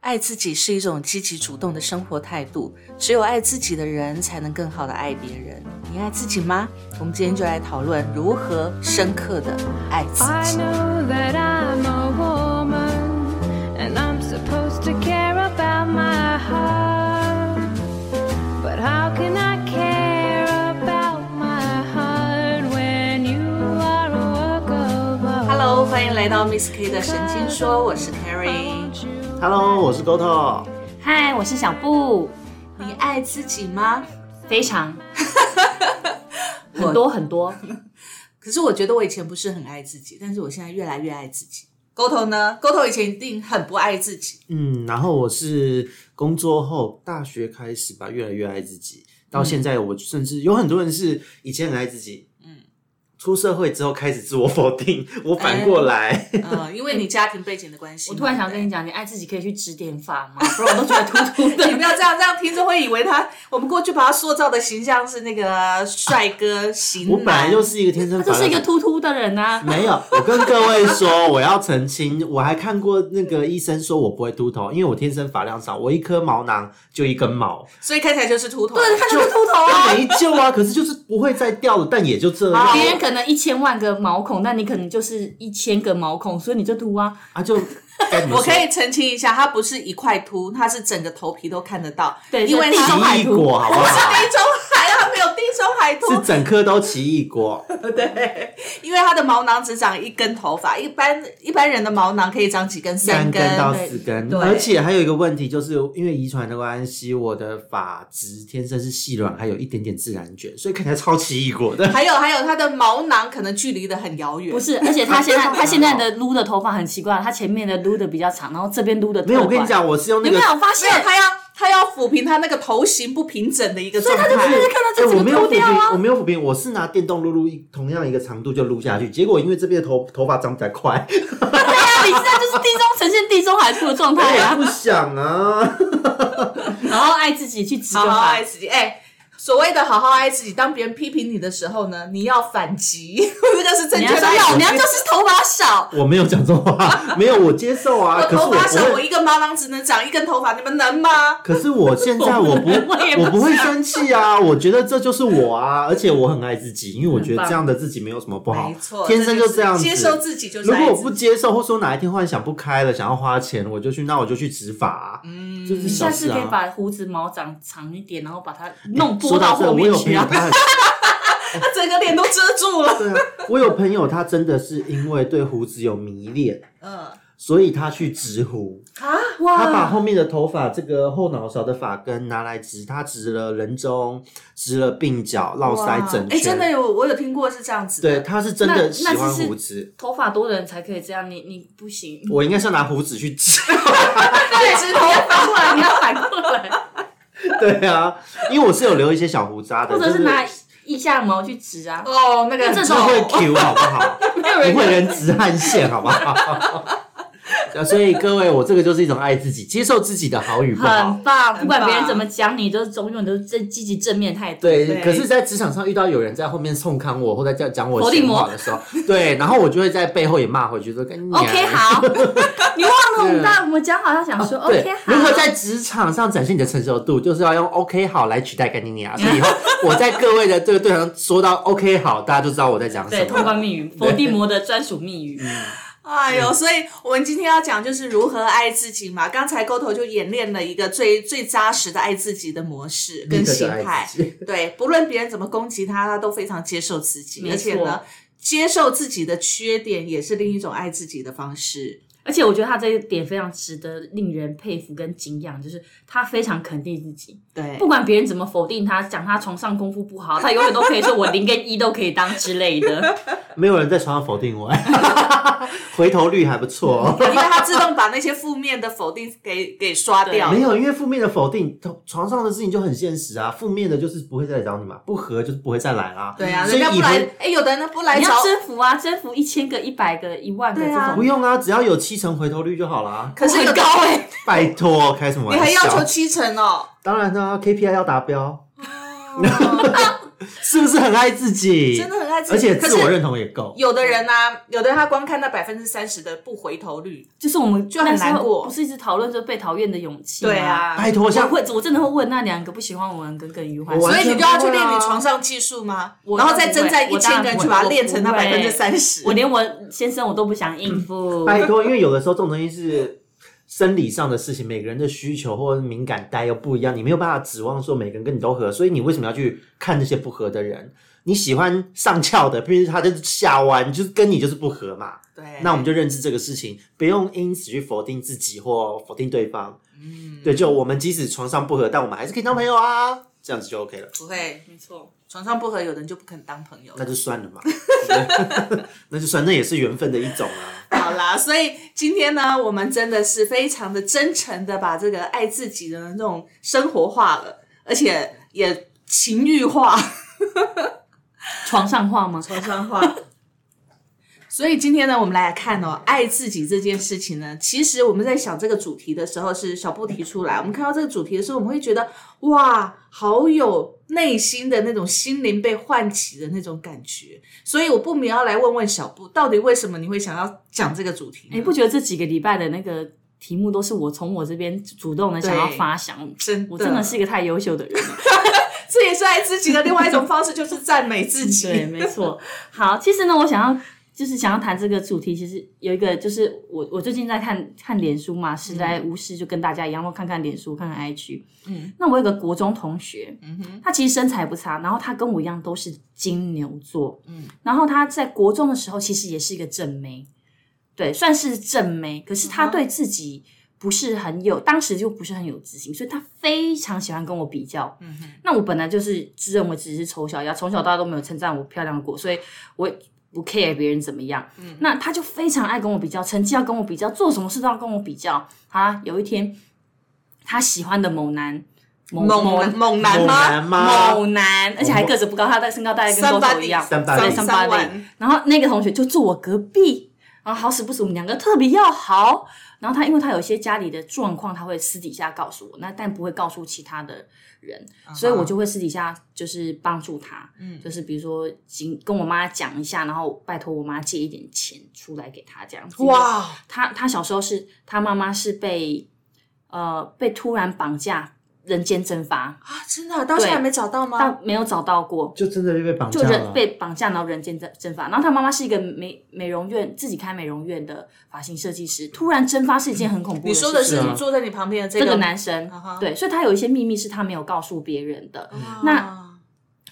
爱自己是一种积极主动的生活态度，只有爱自己的人才能更好的爱别人。你爱自己吗？我们今天就来讨论如何深刻的爱自 I 己。 know that I'm a woman and I'm supposed to care about my heart. But how can I care about my heart when you are a work of art? Hello，欢迎来到 Miss K 的神经说，我是 Carrie。 Hello，我是 Goto。嗨，我是小布，你爱自己吗？非 常很多很 多，可是我觉得我以前不是很爱自己，但是我现在越来越爱自己。沟头呢？沟头以前一定很不爱自己，嗯，然后我是工作后，大学开始吧，越来越爱自己，到现在我甚至有很多人是以前很爱自己，嗯，出社会之后开始自我否定，我反过来，嗯，因为你家庭背景的关系。 我突然想跟你讲，你爱自己可以去指点法吗？ 不然我都觉得突突 对不对，你不的。要这样，这样听众会以为他我们过去把他塑造的形象是那个帅哥型我本来就是一个天生他法哎就兰是一个突突的人啊，没有，我跟各位说，我要澄清，我还看过那个医生说我不会秃头，因为我天生发量少，我一颗毛囊就一根毛，所以看起来就是秃头。对，他就是秃头啊。没救啊！可是就是不会再掉了，但也就这样好别人可能一千万个毛孔，但你可能就是一千个毛孔，所以你就秃啊。啊，就该怎么我说可以澄清一下，他不是一块秃，他是整个头皮都看得到。对因 为所以他地中海奇异果好不 好？地中海，他没有地中海秃，是整颗都奇异 果，对，因为他的毛囊只长一根头发，一般一般人的毛囊可以长几根？三根。根到四根，对而且还有一个问题，就是因为遗传的关系，我的发质天生是细软，还有一点点自然卷，所以看起来超奇异果 的。还有还有，他的毛囊可能距离的很遥远。不，是，而且他 现在啊他现在的撸的头发很奇怪，他前面的撸的比较长，然后这边撸的没有，我跟你，讲，我是用你那没个，有发没现 有？他要他要抚平他那个头型不平整的一个状态。就是看到哎这我整没个有秃抚平掉啊，，我没有抚平，我是拿电动撸撸一同样一个长度就撸下去，结果因为这边的头头发长得比较快， 对啊，你现在就是地中呈现地中海秃的状态我 啊不。想啊。 然后爱自己去指好导好法爱，自己，哎、所谓的好好爱自己，当别人批评你的时候呢，你要反击， 这个是正你确要的哎爱说要，情你要就是头发少，我没有讲这种话，没有，我接受啊。我可是头我发少，不我会，一个毛囊只能长一根头发，你们能吗？可是我现在我不， 我也不我不会生气啊。我觉得这就是我啊，而且我很爱自己，因为我觉得很棒这样的自己没有什么不好没错，，天生就这样子。接受自己就是如爱自己。果我不接受，或说哪一天忽然想不开了，想要花钱，我就去，那我就去植发、啊。嗯，就是你小下事次可以啊。把胡子毛长长一点，然后把它弄拨说到这后我有面朋去友啊。他很，他整个脸都遮住了。对啊，我有朋友他真的是因为对胡子有迷恋，嗯，所以他去植胡。他把哇，后面的头发，这个后脑勺的发根拿来植，他植了人中，植了鬓角、络哇腮整哎、圈。真的有，我有听过是这样子对，的。他是真那的那喜欢就是胡子。头发多的人才可以这样，你你不行，我应该是要拿胡子去植。对，是头发。反过来你要反过 来， 对啊，因为我是有留一些小胡渣的，或者就是拿腋下毛去指啊。哦，那个这就种会 Q 好不好？ 没有人不会人直汗腺好不好？ 啊所以各位，我这个就是一种爱自己，接受自己的好与不好很。棒，棒不管别人怎么讲你，都是永远都是正积极正面态度。对，对可是，在职场上遇到有人在后面冲康我，或者在讲我佛地闲魔话的时候，对，然后我就会在背后也骂回去，说跟你娘，OK，好， 你忘了我们大我们讲好要讲说对 OK 好。如何在职场上展现你的成熟度，就是要用 OK 好来取代干你娘。所以以后我在各位的这个对象说到 OK 好，大家就知道我在讲什对通么。关密语，佛地魔的专属密语。哎呦，所以我们今天要讲就是如何爱自己嘛。刚才沟头就演练了一个最最扎实的爱自己的模式跟立刻心就爱态。自己，对，不论别人怎么攻击他，他都非常接受自己，没而且错呢，接受自己的缺点也是另一种爱自己的方式。而且我觉得他这一点非常值得令人佩服跟敬仰，就是他非常肯定自己，对不，管别人怎么否定他，讲他床上功夫不好，他永远都可以说我零跟一都可以当之类 的。没有人在床上否定我， 回头率还不错哦。因为他自动把那些负面的否定给给刷掉。没有，因为负面的否定，床上的事情就很现实啊。负面的就是不会再来找你嘛，不合就是不会再来啦。对啊，人所以家不以来后，哎，有的人不来你找要，征服啊，征服一千个、一百个、一万个这对啊不种，用啊，只要有七成回头率就好啦。可是有很的高哎、欸拜托，开什 么你玩笑？还要求七成哦。哦当然啦、啊、，KPI 要达标。 是不是很爱自己？真的很爱自己。而且可自我认是同也够。有的人啊，有的人他光看那百分之三十的不回头率，就是我们就很难那时候过不是一直讨论说被讨厌的勇气吗对，啊，拜托，我像会我真的会问那两个不喜欢我的人跟耿于我欢，完所以全你就要不去会练你啊床上技术吗？我然后当然再征不会战一我当千然个人不去会把它我练成那不百分之会三十。我连嗯哎我先生我都不想应付。拜托，因为有的时候这种东西是生理上的事情，每个人的需求或者敏感带又不一样，你没有办法指望说每个人跟你都合，所以你为什么要去看那些不合的人？你喜欢上翘的，毕竟他就是下弯，就是跟你就是不合嘛。对，那我们就认知这个事情，不用因此去否定自己或否定对方。嗯，对，就我们即使床上不合，但我们还是可以当朋友啊，这样子就 OK 了，不会没错，床上不合，有的人就不肯当朋友那。就算了嘛，对 那就算，那也是缘分的一种啊。好啦，所以今天呢，我们真的是非常的真诚的把这个爱自己的那种生活化了，而且也情欲化、床上话吗？床上化。 所以今天呢，我们来看哦，爱自己这件事情呢，其实我们在想这个主题的时候，是小布提出来。我们看到这个主题的时候，我们会觉得哇，好有内心的那种心灵被唤起的那种感觉。所以我不免要来问问小布，到底为什么你会想要讲这个主题呢？哎你不觉得这几个礼拜的那个题目都是我从我这边主动的想要发想？真的我真的是一个太优秀的人了。这也是爱自己的另外一种方式，就是赞美自 对，己。没错。好，其实呢，我想要就是想要谈这个主题，其实有一个就是我我最近在看看脸书嘛，实在无事就跟大家一样，我看看脸书，看看 IG。嗯，那我有个国中同学，嗯哼，他其实身材不差，然后他跟我一样都是金牛座，嗯嗯，然后他在国中的时候其实也是一个正妹，对，算是正妹，可是他嗯对自己不是很有，当时就不是很有自信，所以他非常喜欢跟我比较，嗯哼，那我本来就是自认为自己是丑小鸭，从小到大都没有称赞我漂亮过，所以我不 care 别人怎么样。嗯那他就非常爱跟我比较，成绩要跟我比较，做什么事都要跟我比较。啊，有一天，他喜欢的某男，某某猛猛男猛吗？男吗某男，而且还个子不高，他的身高大概跟多手一样，三八对零三三八八零零。然后那个同学就坐我隔壁，然后好死不死我们两个特别要好。然后他因为他有一些家里的状况，他会私底下告诉我，那但不会告诉其他的人，所以我就会私底下就是帮助他，啊嗯就是比如说请跟我妈讲一下，然后拜托我妈借一点钱出来给他这样子。，哇，他他小时候是他妈妈是被呃被突然绑架，人间蒸发，啊，真的啊、到现在还没找到吗？但没有找到过，就真的就被绑架就人了，被绑架，然后人间蒸蒸发。然后他妈妈是一个美美容院自己开美容院的发型设计师，突然蒸发是一件很恐怖你事说的情是是啊坐在你旁边的这这个个男生啊哈，对，所以他有一些秘密是他没有告诉别人的。啊那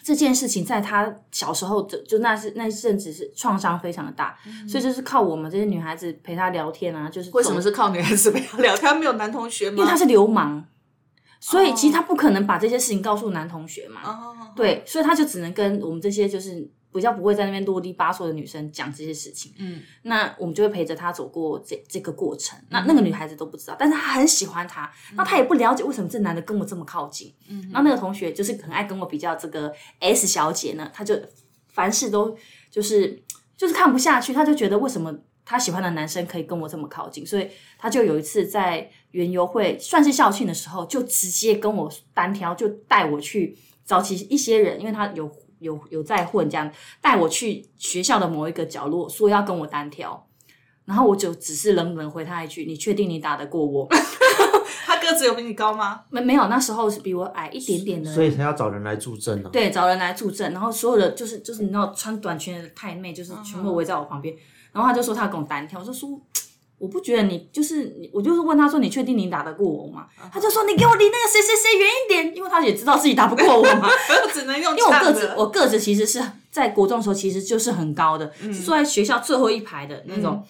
这件事情在他小时候就就那是那一阵子是创伤非常的大，所以就是靠我们这些女孩子陪他聊天啊，就是嗯为什么总是哦靠女孩子被他聊？他没有男同学吗？因为他是流氓，所以哦其实他不可能把这些事情告诉男同学嘛。哦，对，所以他就只能跟我们这些就是比较不会在那边啰里吧嗦的女生讲这些事情。嗯，那我们就会陪着她走过这这个过程。那那个女孩子都不知道，但是她很喜欢他，那她也不了解为什么这男的跟我这么靠近。嗯，然后那个同学就是很爱跟我比较这个 S 小姐呢，她就凡事都就是就是看不下去，她就觉得为什么。她喜欢的男生可以跟我这么靠近，所以她就有一次在园游会算是校庆的时候，就直接跟我单挑，就带我去早期一些人，因为他有有有在混这样，带我去学校的某一个角落，说要跟我单挑，然后我就只是冷冷回他一句：“你确定你打得过我 他个子有比你高吗？？” 没没有，那时候是比我矮一点点的，所以才要找人来助阵呢、啊。对，找人来助阵，然后所有的就是就是你知道穿短裙的太妹，就是全部围在我旁边，然后他就说他要跟我单挑，我就说我不觉得你就是你，我就是问他说你确定你打得过我吗？他就说你给我离那个谁谁谁远一点，因为他也知道自己打不过我 嘛，只能用因为我个唱子的，我个子其实是在国中的时候其实就是很高的，是坐在学校最后一排的那种。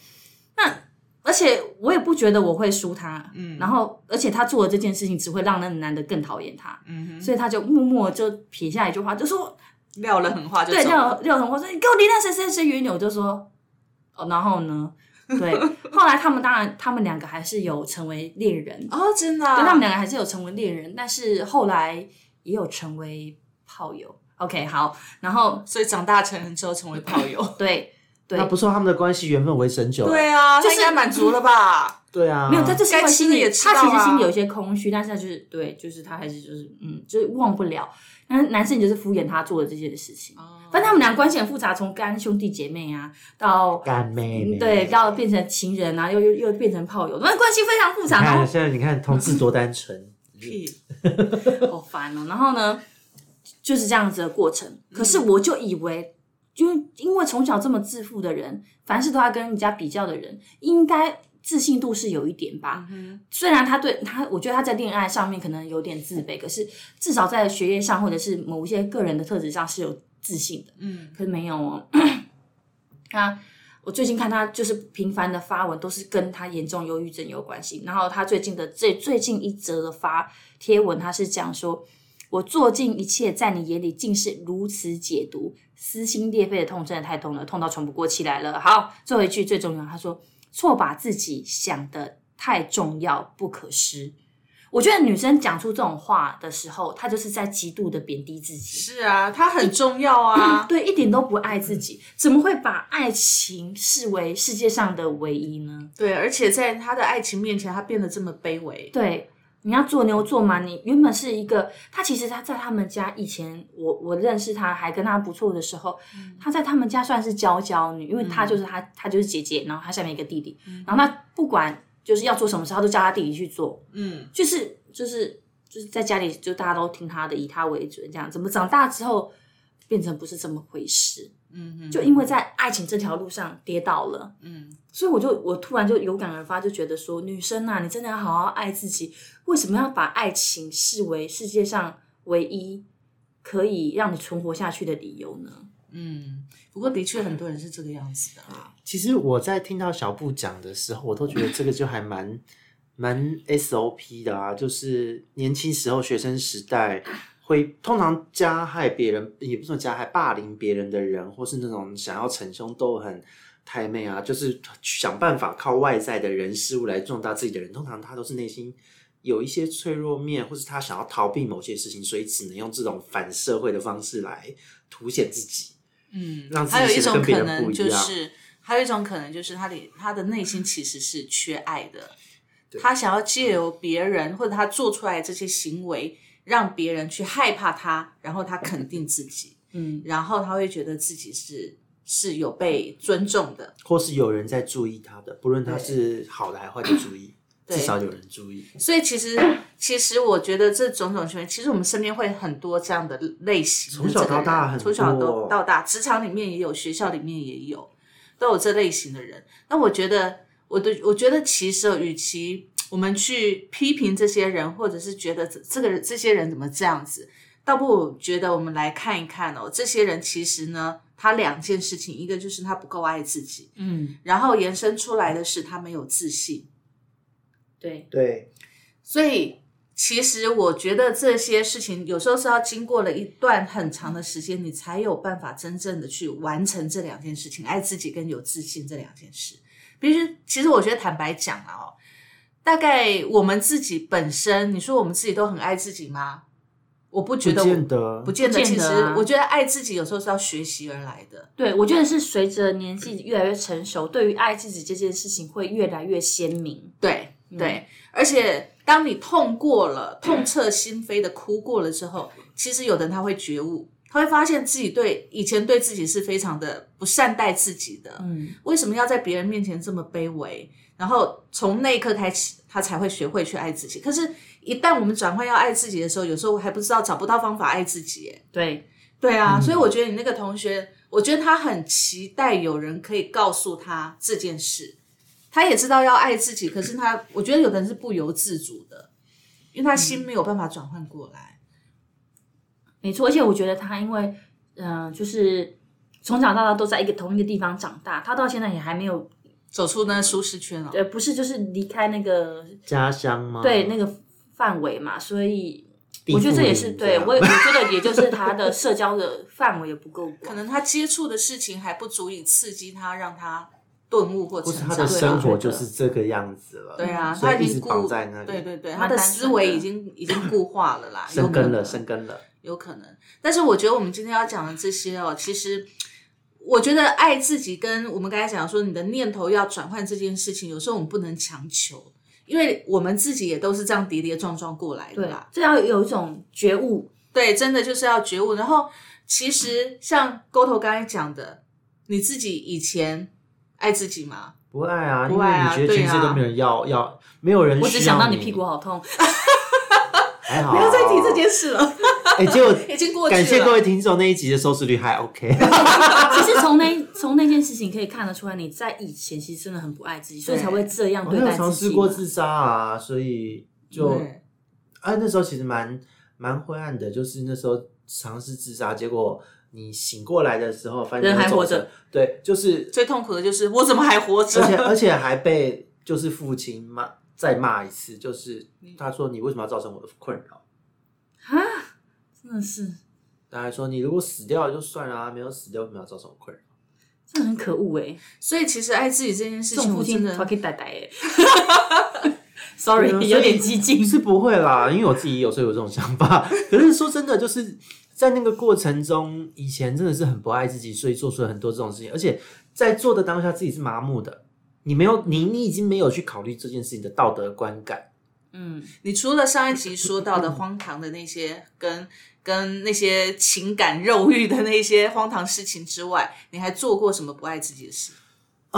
那而且我也不觉得我会输他，嗯，然后而且他做的这件事情只会让那个男的更讨厌他，嗯，所以他就默默就撇下一句话，就说撂了狠话就对走廖廖同我说你给我离那谁谁谁远一点，我就说 哦，然后呢， 对，后来他们当然他们两个还是有成为恋人，哦，真的啊、对，他们两个还是有成为恋人，但是后来也有成为炮友。OK，好，然后所以长大成人之后成为炮友 。对对那不错，他们的关系缘分为深久。对啊， 就是 他应该满足了吧？对啊，没有，他就是因为心该吃里，的也吃到他啊其实心里有一些空虚，但是他就是对，就是他还是就是嗯，就是忘不了。但是男生就是敷衍他做的这些事情。哦反正他们俩关系很复杂，从干兄弟姐妹啊，到干妹妹，嗯对，到变成情人啊，又又又变成炮友，那关系非常复 杂。你然后看现在你看同志多单纯，屁，好烦哦。然后 呢，就是这样子的过程。可是我就以为，就因为从小这么自负的人，凡事都要跟人家比较的人，应该自信度是有一点嗯吧。虽然他对他，我觉得他在恋爱上面可能有点自卑，可是至少在学业上或者是某一些个人的特质上是有自信的。嗯，可是没有哦。 他，我最近看他就是频繁的发文，都是跟他严重忧郁症有关系。然后他最近的最最近一则的发贴文，他是讲说：“我做尽一切，在你眼里竟是如此解读，撕心裂肺的痛，真的太痛了，痛到喘不过气来了。”好，最后一句最重要，他说：“错把自己想的太重要，不可失。”我觉得女生讲出这种话的时候，她就是在极度的贬低自己。是啊，它很重要 啊。对，一点都不爱自己，怎么会把爱情视为世界上的唯一呢？对，而且在他的爱情面前，他变得这么卑微。对，你要做牛做马，你原本是一个，他其实他在他们家以前，我我认识他还跟他不错的时候，他在他们家算是娇娇女，因为他就是他，他就是姐姐，然后他下面一个弟弟，然后他不管就是要做什么事，他都叫他弟弟去做，嗯，就是就是就是在家里就大家都听他的，以他为准，这样怎么长大之后变成不是这么回事？嗯就因为在爱情这条路上跌倒了，嗯，所以我就我突然就有感而发，就觉得说，女生啊，你真的要好好爱自己，为什么要把爱情视为世界上唯一可以让你存活下去的理由呢？嗯不过的确很多人是这个样子的啊。其实我在听到小布讲的时候，我都觉得这个就还蛮 蛮 SOP 的啊，就是年轻时候学生时代会通常加害别人，也不是说加害霸凌别人的人，或是那种想要逞凶斗狠。太妹啊，就是想办法靠外在的人事物来壮大自己的人，通常他都是内心有一些脆弱面，或是他想要逃避某些事情，所以只能用这种反社会的方式来凸显自己，嗯让自还有己一显得种跟别可人不能一就样。是，还有一种可能就是他的他的内心其实是缺爱的，他想要嗯借由别人或者他做出来这些行为，让别人去害怕他，然后他肯定自己，嗯，然后他会觉得自己是是有被尊重的。或是有人在注意他的，不论他是好的还是坏的注意，至少有人注意。所以其实其实我觉得这种种行为，其实我们身边会很多这样的类型的从小这个到大人很从小到多到大，职场里面也有，学校里面也有，都有这类型的人。那我觉得，我的我觉得其实哦，与其我们去批评这些人，或者是觉得这这个人这些人怎么这样子，倒不如觉得我们来看一看哦，这些人其实呢，他两件事情，一个就是他不够爱自己，嗯，然后延伸出来的是他没有自信。对，对，所以其实我觉得这些事情有时候是要经过了一段很长的时间，你才有办法真正的去完成这两件事情，爱自己跟有自信这两件事。其实，其实我觉得坦白讲啊，哦，大概我们自己本身，你说我们自己都很爱自己吗？我不觉不得我，见得不见得。不见其得实啊我觉得爱自己有时候是要学习而来的。对，我觉得是随着年纪越来越成熟，对于爱自己这件事情会越来越鲜明。对对，而且当你痛过了、痛彻心扉的哭过了之后，其实有的人他会觉悟，他会发现自己对以前对自己是非常的不善待自己的，嗯，为什么要在别人面前这么卑微？然后从那一刻开始，他才会学会去爱自己。可是，一旦我们转换要爱自己的时候，有时候还不知道找不到方法爱自己耶。对，对嗯啊，所以我觉得你那个同学，我觉得他很期待有人可以告诉他这件事。他也知道要爱自己，可是他，我觉得有的人是不由自主的，因为他心嗯没有办法转换过来。没错。而且我觉得他因为，嗯、就是从小到大都在一个同一个地方长大，他到现在也还没有，走出那舒适圈了、呃，不是就是离开那个家乡吗？对那个范围嘛，所以地我觉得富这也民是这对样我，也我觉得也就是他的社交的范围也不 够可广。能他接触的事情还不足以刺激他，让他顿悟或成或是长。他的对啊生活对就的是这个样子了。对啊，所他以已一直经绑固在那里，对对对，他蛮的单思纯维的已经已经固化了啦，有生可根能了，生根了。有可能。但是我觉得我们今天要讲的这些哦，其实我觉得爱自己跟我们刚才讲说你的念头要转换这件事情，有时候我们不能强求，因为我们自己也都是这样跌跌撞撞过来的对啦。，这要有一种觉悟，对，真的就是要觉悟。然后其实像沟头刚才讲的，你自己以前爱自己吗？不爱啊，因不为爱啊你觉得全世界对啊都没有人要要，没有人需要我只想到你你屁股，好痛，还好，不要再提这。件事了，哎，结果已经过去了。感谢各位听众，那一集的收视率还 OK。其实从那从那件事情可以看得出来，你在以前其实真的很不爱自己，所以对才会这样我对有待尝自己试嘛。过自杀啊，所以就对哎、那时候其实蛮蛮灰暗的，就是那时候尝试自杀，结果你醒过来的时候，发现人你还走活神着，对， 就是最痛苦的就是我怎么还活着而？且而且还被就是父亲骂再骂一次，就是他说你为什么要造成我的困扰？啊，真的是，他还说你如果死掉了就算了、啊，没有死掉为什么要造成我困扰？真的很可恶哎，所以其实爱自己这件事这情，种我父真亲的他可以呆呆哎。Sorry，对啊所以有点激进。是不会啦，因为我自己有时候有这种想法。可是说真的，就是在那个过程中，以前真的是很不爱自己，所以做出了很多这种事情，而且在做的当下自己是麻木的，你没有你你已经没有去考虑这件事情的道德观感。嗯，你除了上一集说到的荒唐的那些跟跟那些情感肉欲的那些荒唐事情之外，你还做过什么不爱自己的事？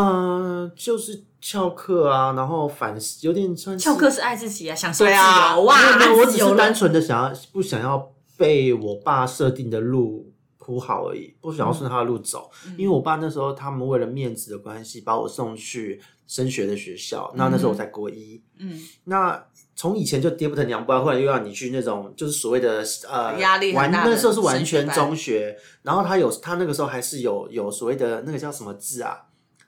嗯、就是翘课啊，然后反思有点算是翘课是爱自己啊，享受自对啊由哇！没有，我只自由是了单纯的想要不想要被我爸设定的路铺好而已，不想要顺他的路走。嗯因为我爸那时候他们为了面子的关系，把我送去升学的学校。那那时候我才国一，嗯，那从以前就爹不疼娘不爱，后来又让你去那种就是所谓的呃压力很完大的那时候是完升学全班中学，然后他有他那个时候还是有有所谓的那个叫什么字啊，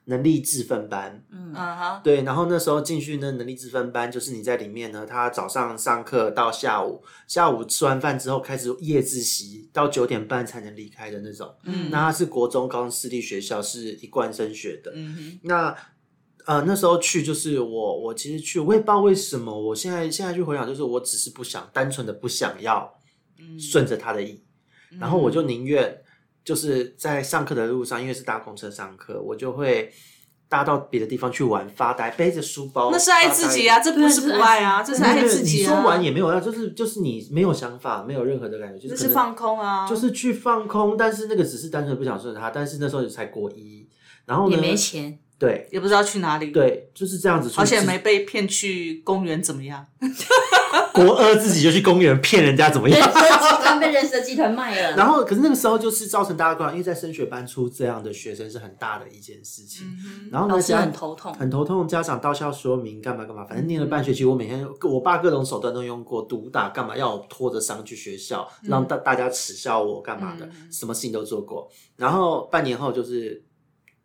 能力制分班。嗯哼，对，然后那时候进去呢，能力之分班就是你在里面呢，他早上上课到下午，下午吃完饭之后开始夜自习，到九点半才能离开的那种。嗯那他是国中、高中私立学校，是一贯升学的。嗯哼，那呃，那时候去就是我，我其实去，我也不知道为什么，我现在现在去回想，就是我只是不想，单纯的不想要嗯顺着他的意，然后我就宁愿就是在上课的路上，因为是搭公车上课，我就会搭到别的地方去玩，发呆，背着书包，那是爱自己啊，这不是不爱啊，这发是呆。爱那自己你啊。说完也没有要，就是就是你没有想法，没有任何的感觉，就这是可是能放空啊，就是去放空，但是那个只是单纯不想顺着他，但是那时候才国一，然后呢也没钱，对也不知道去哪里，，对，就是这样子出而去，哦且没被骗去公园怎么样？国二自己就去公园骗人家怎么样？他被人蛇集团卖了。啊然后，可是那个时候就是造成大家关，因为在升学班出这样的学生是很大的一件事情。嗯然后呢，老师家很头痛，很头痛，家长到校说明干嘛干嘛，反正念了半学期，我每天我爸各种手段都用过，毒打干嘛，要我拖着伤去学校，嗯让大大家耻笑我干嘛的，什么事情都做过。然后半年后就是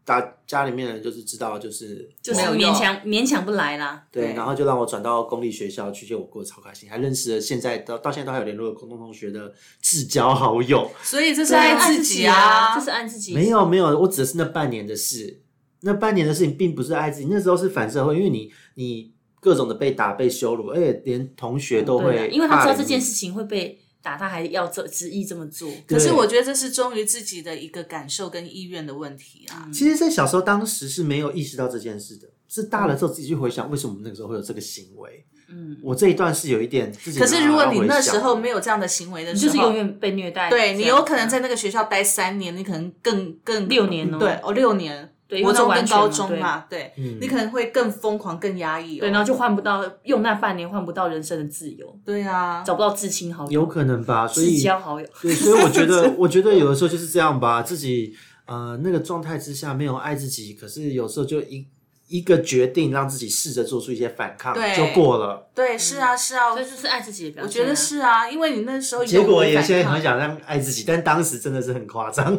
大家里面人就是知道就是就是没有用勉强勉强不来啦。对，对然后就让我转到公立学校去，就我过得超开心，还认识了现在到到现在都还有联络的共同同学的至交好友。所以这是对啊爱自己啊这，是爱自己。没有没有，我指的是那半年的事，那半年的事情并不是爱自己，那时候是反社会，因为你你各种的被打、被羞辱，而且连同学都对啊会，因为他知道这件事。事情会被打，他还要这执意这么做。可是对我觉得这是忠于自己的一个感受跟意愿的问题啊。其实，在小时候当时是没有意识到这件事的，是大了之后自己去回想，为什么我们那个时候会有这个行为。嗯，我这一段是有一点自己。可是如果你那时候没有，有这样的行为的你时就是候永，远被虐待。对你有可能这样啊在那个学校待三年，你可能更更六年哦对哦六年，对国中因为跟那完全嘛高中嘛，对，嗯你可能会更疯狂、更压抑、哦。对，然后就换不到，用那半年换不到人生的自由，对啊，找不到至亲好友、有可能吧，所至以交好友。对，所以我觉得，我觉得有的时候就是这样吧，自己呃那个状态之下没有爱自己，可是有时候就一一个决定让自己试着做出一些反抗，对就过了。对，是啊，是啊，所以嗯就是爱自己的表我现啊觉得是啊，因为你那时候结果也有现在反很抗想让爱自己，但当时真的是很夸张。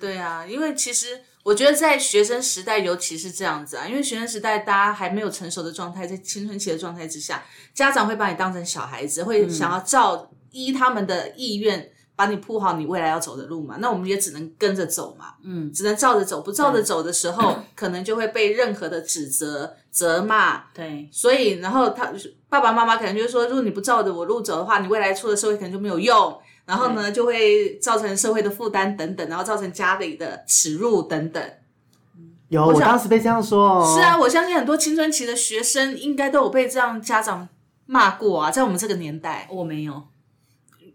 对啊，因为其实我觉得在学生时代，尤其是这样子啊，因为学生时代大家还没有成熟的状态，在青春期的状态之下，家长会把你当成小孩子，会想要照依他们的意愿。把你铺好你未来要走的路嘛，那我们也只能跟着走嘛，嗯，只能照着走，不照着走的时候，可能就会被任何的指责、责骂，对，所以，然后他爸爸妈妈可能就是说，如果你不照着我路走的话，你未来出了社会可能就没有用。然后呢，就会造成社会的负担等等，然后造成家里的耻辱等等。有，我我想当时被这样说哦。是啊，，我相信很多青春期的学生应该都有被这样家长骂过啊，在我们这个年代，我没有，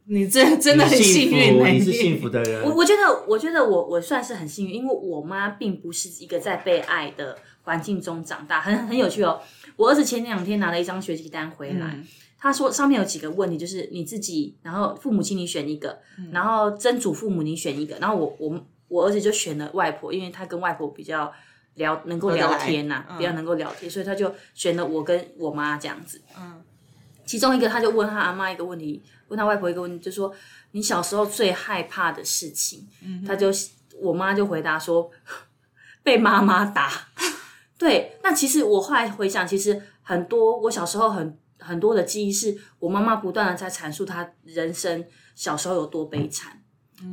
你这真的很你幸运、福欸，你是幸福的人。我我觉得，我觉得我我算是很幸运，因为我妈并不是一个在被爱的环境中长大，很很有趣哦。我儿子前两天拿了一张学习单回来，嗯他说上面有几个问题，就是你自己，然后父母亲你选一个，嗯然后曾祖父母你选一个，然后我我我儿子就选了外婆，因为他跟外婆比较聊能够合得聊来天呐、嗯比较能够聊天，所以他就选了我跟我妈这样子。嗯，其中一个他就问他阿妈一个问题，问他外婆一个问题，就说你小时候最害怕的事情，他就我妈就回答说 被妈妈打。 对，那其实我后来回想，其实很多我小时候很很多的记忆是我妈妈不断的在阐述她人生小时候有多悲惨。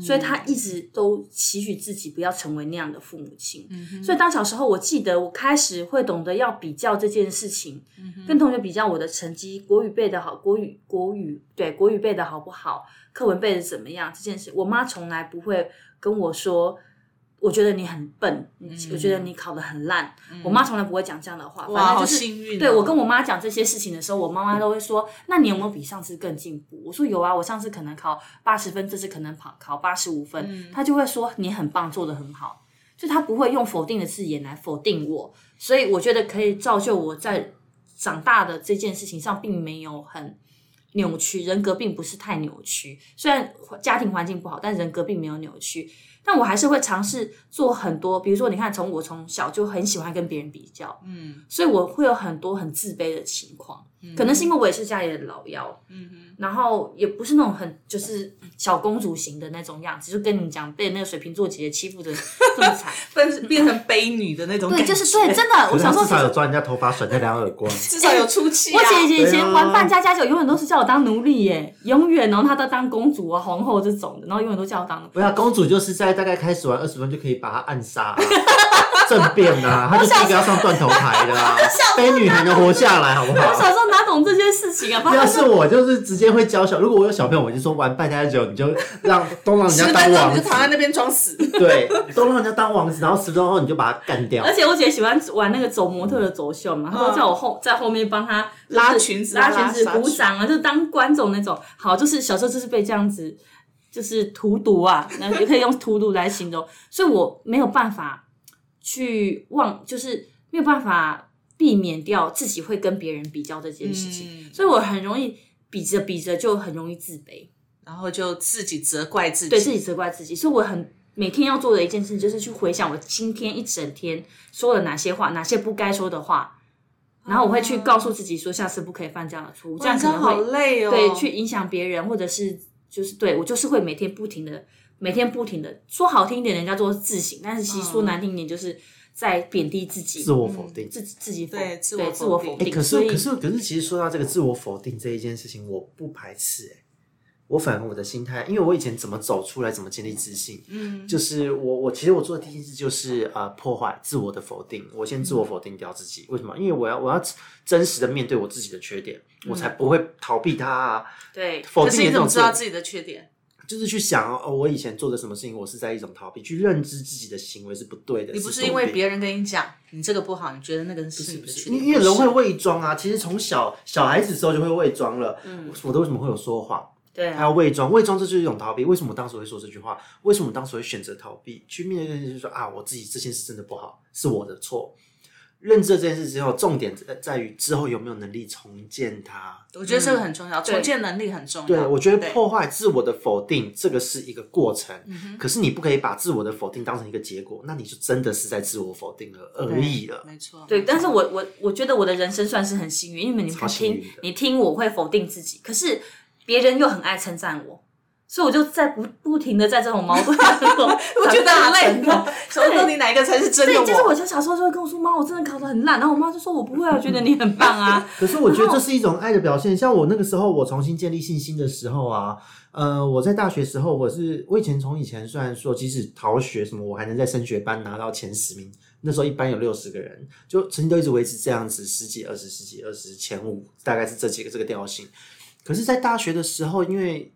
所以她一直都期许自己不要成为那样的父母亲。所以当小时候，我记得我开始会懂得要比较这件事情，跟同学比较我的成绩，国语背的好，国语国语对国语背的好不好，课文背的怎么样这件事，我妈从来不会跟我说，我觉得你很笨，你我觉得你考得很烂，我妈从来不会讲这样的话，哇，反正好就是幸运哦、对我跟我妈讲这些事情的时候，我妈妈都会说：“那你有没有比上次更进步？”我说：“有啊，我上次可能考八十分，这次可能考考八十五分。她就会说：“你很棒，做得很好。”就她不会用否定的字眼来否定我，所以我觉得可以造就我在长大的这件事情上，并没有很扭曲，人格并不是太扭曲。虽然家庭环境不好，但人格并没有扭曲。但我还是会尝试做很多，比如说，你看，从我从小就很喜欢跟别人比较，所以我会有很多很自卑的情况，可能是因为我也是家里的老幺，然后也不是那种很就是小公主型的那种样子，就跟你讲被那个水瓶座姐姐欺负的这么惨，变变成悲女的那种感对，觉，就是对，真的，可我是他小时候至其少有实。抓人家头发，甩他两耳光。至少有出气、啊我姐姐以前玩扮对家家酒，永远都是叫我当奴隶耶，永远哦，她都当公主啊、皇后这种的，然后永远都叫我当奴不要，公主就是在大概开始玩二十分就可以把他暗杀、啊、政变啊，她就第一个要上断头台的、啊，悲女才能活下来，好不我小好？时候哪懂这些事情啊？不 然要她是我就是直接会教小，如果我有小朋友，我就说玩半家家酒，你就让都让人家十当分钟王你子就， 躺在那边装死，对，都让人家当王子，然后十分钟后你就把他干掉 而。且我姐喜欢玩那个走模特的走秀嘛，她都叫我后在后面帮她嗯就是拉裙子啊拉裙子、拉纱裙鼓掌啊，就当观众那种。好，就是小时候就是被这样子，就是荼毒啊，那也可以用荼毒来形容。所以我没有办法去忘，就是没有办法避免掉自己会跟别人比较这件事情，嗯所以我很容易比着比着就很容易自卑，然后就自己责怪自己，对自己责怪自己，所以我很。每天要做的一件事就是去回想我今天一整天说了哪些话，哪些不该说的话，然后我会去告诉自己说，下次不可以犯这样的错误，这哦哇样可真能会好累哦。对，去影响别人，或者是就是对我就是会每天不停的，每天不停的说好听一点，人家说是自省，但是其实嗯说难听一点，就是在贬低自己，自我否定。自自己否对自我对否自我定否哎、定。可所是以可是可是，其实说到这个自我否定这一件事情，我不排斥、哎，我反而我的心态，因为我以前怎么走出来，怎么建立自信，嗯，就是我我其实我做的第一件事就是呃破坏自我的否定，我先自我否定掉自己，为什么？因为我要我要真实的面对我自己的缺点，我才不会逃避它、啊，对嗯否可是定也你怎么种知道自己的缺点？就是去想哦，我以前做的什么事情，我是在一种逃避，去认知自己的行为是不对的，你不是是因为别。别人跟你讲你这个不好，你觉得那个是你的缺点？因为人不会是伪装啊，其实从小小孩子时候就会伪装了。嗯，我的为什么会有说谎？对还啊，有伪装，伪装这就是一种逃避。为什么我当时会说这句话？为什么我当时会选择逃避？去面对这件事，就是说啊，我自己这件事真的不好，是我的错。认知了这件事之后，重点在在于之后有没有能力重建它。我觉得这个很重要，对重建能力很重要。对，我觉得对破坏自我的否定，这个是一个过程。嗯可是你不可以把自我的否定当成一个结果，那你就真的是在自我否定了而已了。没错，对，但是我我我觉得我的人生算是很幸运，因为你超们幸听运的你听我会否定自己，可是别人又很爱称赞我。所以我就在不不停的在这种矛 盾当中，我我觉得很累的。哦。说到底哪一个才是真的对，就是我我？就小时候就会跟我说，妈，我真的考得很烂，然后我妈就说我不会啊，我觉得你很棒啊。 可是我觉得这是一种爱的表现。像我那个时候，我重新建立信心的时候啊，呃，我在大学时候，我是我以前从以前虽然说，即使逃学什么，我还能在升学班拿到前十名，那时候一班有六十个人，就成绩都一直维持这样子，十几、二十、十几、二十前五，大概是这几个这个调性。可是，在大学的时候，因为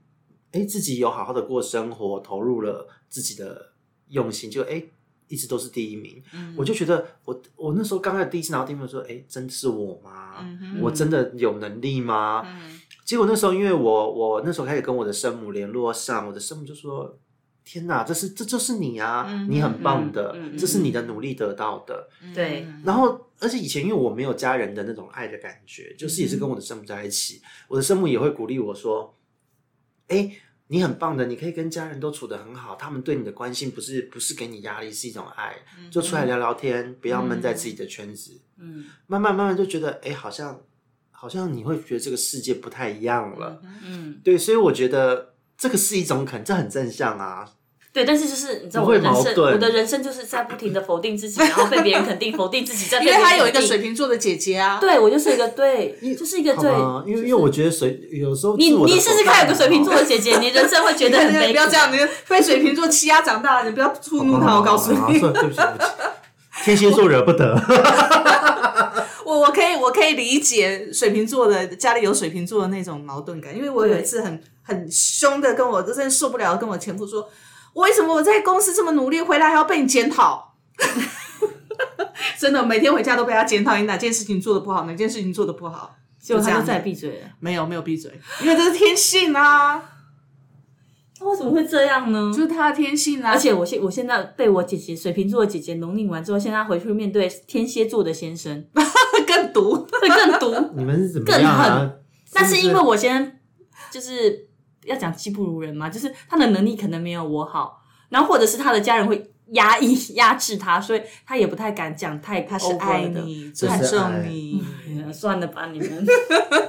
哎自己有好好的过生活，投入了自己的用心，就哎一直都是第一名。我就觉得我我那时候刚开始第一次拿到第一名，我说哎真是我吗？嗯嗯哼，我真的有能力吗？嗯结果那时候，因为我我那时候开始跟我的生母联络上，我的生母就说：“天哪，这是这就是你啊，嗯你很棒的，嗯嗯嗯嗯这是你的努力得到的。对然后，而且以前因为我没有家人的那种爱的感嗯觉，就是也是跟我的生母在一起，我的生母也会鼓励我说：“哎，你很棒的，你可以跟家人都处得很好，他们对你的关心不是不是给你压力，是一种爱，就出来聊聊天，不要闷在自己的圈子。嗯慢慢慢慢就觉得，哎，好像好像你会觉得这个世界不太一样了。嗯，对，所以我觉得这个是一种肯，这很正向啊。对，但是就是你知道不我会的人矛生，盾我的人生就是在不停的否定自己，然后被别人肯定，否定自 己，再被因为别人他有一个肯定水，瓶座的姐姐啊，对我就是一个对，就是一个好对，吗？因为因为就是我觉得水有时候你自我的你试否试定看，有个水瓶座的姐姐，你人生会觉得很对，悲不要这 样，你被水瓶座欺压长大，你不要触嗯怒他，我告诉好你好。好对不起对不起，天蝎座惹不得。我我可以我可以理解水瓶座的家里有水瓶座的那种矛盾感，因为我有一次很很凶的跟我真的受不了，跟我前夫说，我为什么我在公司这么努力，回来还要被你检讨？ 真的，每天回家都被他检讨，你哪件事情做的不好，哪件事情做的不好，结果这他样就再也闭嘴了。没有没有闭嘴，因为这是天性啊，他为什么会这样呢就？是他的天性啊。而且我现我现在被我姐姐水瓶座的姐姐蹂躏完之后，现在回去面对天蝎座的先生，会更毒，会更 毒。你们是怎么样啊？但是因为我我先生就是要讲技不如人嘛，就是他的能力可能没有我好，然后或者是他的家人会压抑压制他，所以他也不太敢讲太他是 over 爱的。你，这尊是爱重你。嗯算了吧，你们。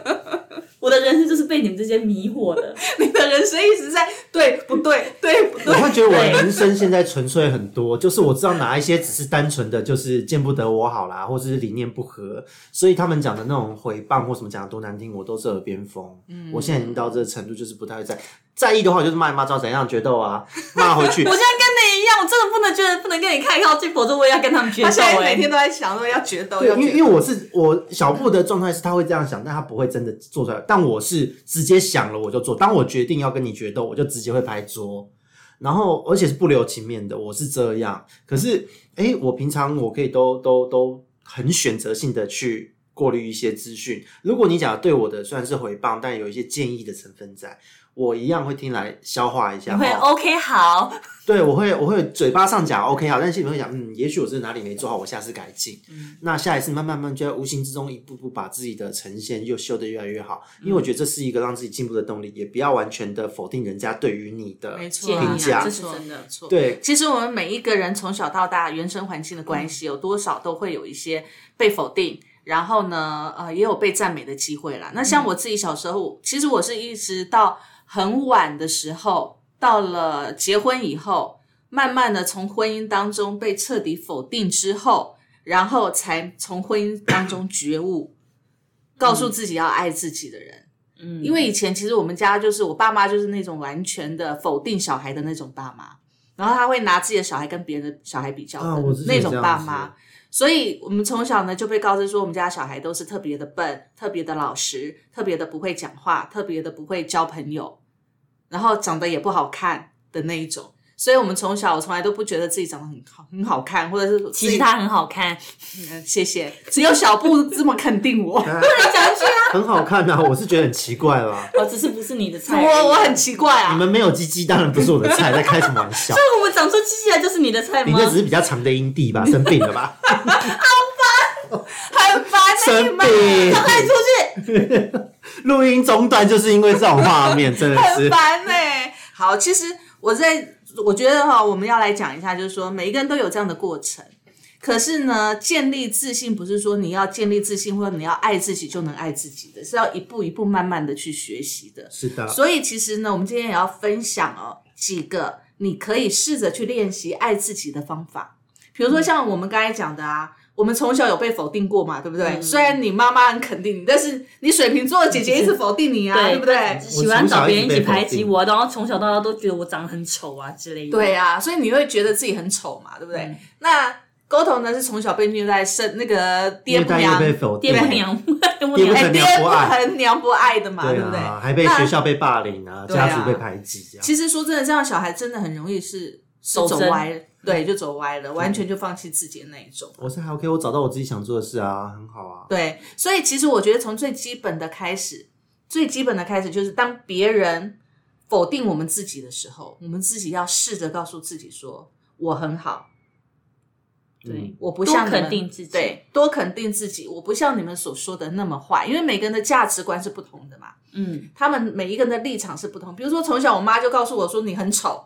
我的人生就是被你们这些迷惑的，你的人生一直在对不对，对不 我对？会觉得我人生现在纯粹很多，就是我知道哪一些只是单纯的就是见不得我好啦，或者是理念不合，所以他们讲的那种回谤或什么讲的多难听，我都是耳边风。嗯，我现在已经到这个程度，就是不太会在在意的话，我就是骂一骂，知道怎样决斗啊，骂回去我。现在跟你一样，我真的不能觉得不能跟你太靠近，否则我也要跟他们决斗、他欸。现在每天都在想说要决斗，对，要因为决因斗。为我是我小布的状态是他会这样想，但他不会真的做出来。但我是直接想了我就做，当我决定要跟你决斗，我就直接会拍桌，然后而且是不留情面的，我是这样。可是诶，我平常我可以都都都很选择性的去过滤一些资讯。如果你讲对我的虽然是回谤，但有一些建议的成分在，我一样会听来消化一你下。会哦 OK 好，对，我会我会嘴巴上讲 OK 好，但心里面会想，嗯，也许我真的哪里没做好，我下次改进。嗯那下一次慢慢慢就在无形之中一步步把自己的呈现又修得越来越好，嗯因为我觉得这是一个让自己进步的动力，也不要完全的否定人家对于你的没错建啊议评啊，价这。是真的。错。对，其实我们每一个人从小到大，原生环境的关系，有多少都会有一些被否定，然后呢，呃，也有被赞美的机会啦。那像我自己小时候，其实我是一直到很晚的时候，到了结婚以后，慢慢的从婚姻当中被彻底否定之后，然后才从婚姻当中觉悟，告诉自己要爱自己的人。嗯，因为以前其实我们家就是我爸妈就是那种完全的否定小孩的那种爸妈，然后他会拿自己的小孩跟别人的小孩比较的、啊我之前那也种这样爸子哎 妈，所以我们从小呢就被告知说我们家小孩都是特别的笨、特别的老实、特别的不会讲话、特别的不会交朋友，然后长得也不好看的那一种。所以我们从小我从来都不觉得自己长得很好很好看，或者是其实他很好看，自己、嗯谢谢，只有小布这么肯定 我。很好看啊，我是觉得很奇怪 啦。哦我只是不是你的菜而已。我我很奇怪啊，哎你们没有鸡鸡，当然不是我的菜，在开什么玩 笑？那啊我们长出机器来就是你的菜你吗？这只是比较长的阴蒂吧？生病了吧？很烦那你生们病，快出去！ 录音中断就是因为这种画面，真的很是。烦呢、好，其实我在我觉得哈，我们要来讲一下，就是说每一个人都有这样的过程。可是呢，建立自信不是说你要建立自信，或者你要爱自己就能爱自己的，是要一步一步慢慢的去学习的。是的，所以其实呢，我们今天也要分享哦几个你可以试着去练习爱自己的方法。比如嗯说像我们刚才讲的啊，我们从小有被否定过嘛，对不对？嗯虽然你妈妈很肯定你，但是你水瓶座的姐姐一直否定你啊，对不对？喜欢找别人一起排挤我，然后从小到大都觉得我长得很丑啊之类嗯的。对啊，所以你会觉得自己很丑嘛，对不对？那沟头呢是从小被虐待，生那个爹虐不待又娘，被否定爹，不娘，爹不爹不娘哎，娘爹不不爱疼娘 不爱的嘛，对不对？啊，还被学校被霸凌啊，对啊家族被排挤啊。其实说真的，这样小孩真的很容易是是走走针歪了，对，就走歪了，完全就放弃自己的那一种。我是还 OK，我找到我自己想做的事啊，很好啊。对，所以其实我觉得从最基本的开始，最基本的开始就是当别人否定我们自己的时候，我们自己要试着告诉自己说：“我很好，嗯对，我不像你多们肯定自己对，多肯定自己，我不像你们所说的那么坏，因为每个人的价值观是不同的嘛，嗯，他们每一个人的立场是不同。比如说，从小我妈就告诉我说你很丑，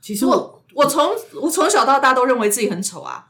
其实我我从我从小到大都认为自己很丑啊，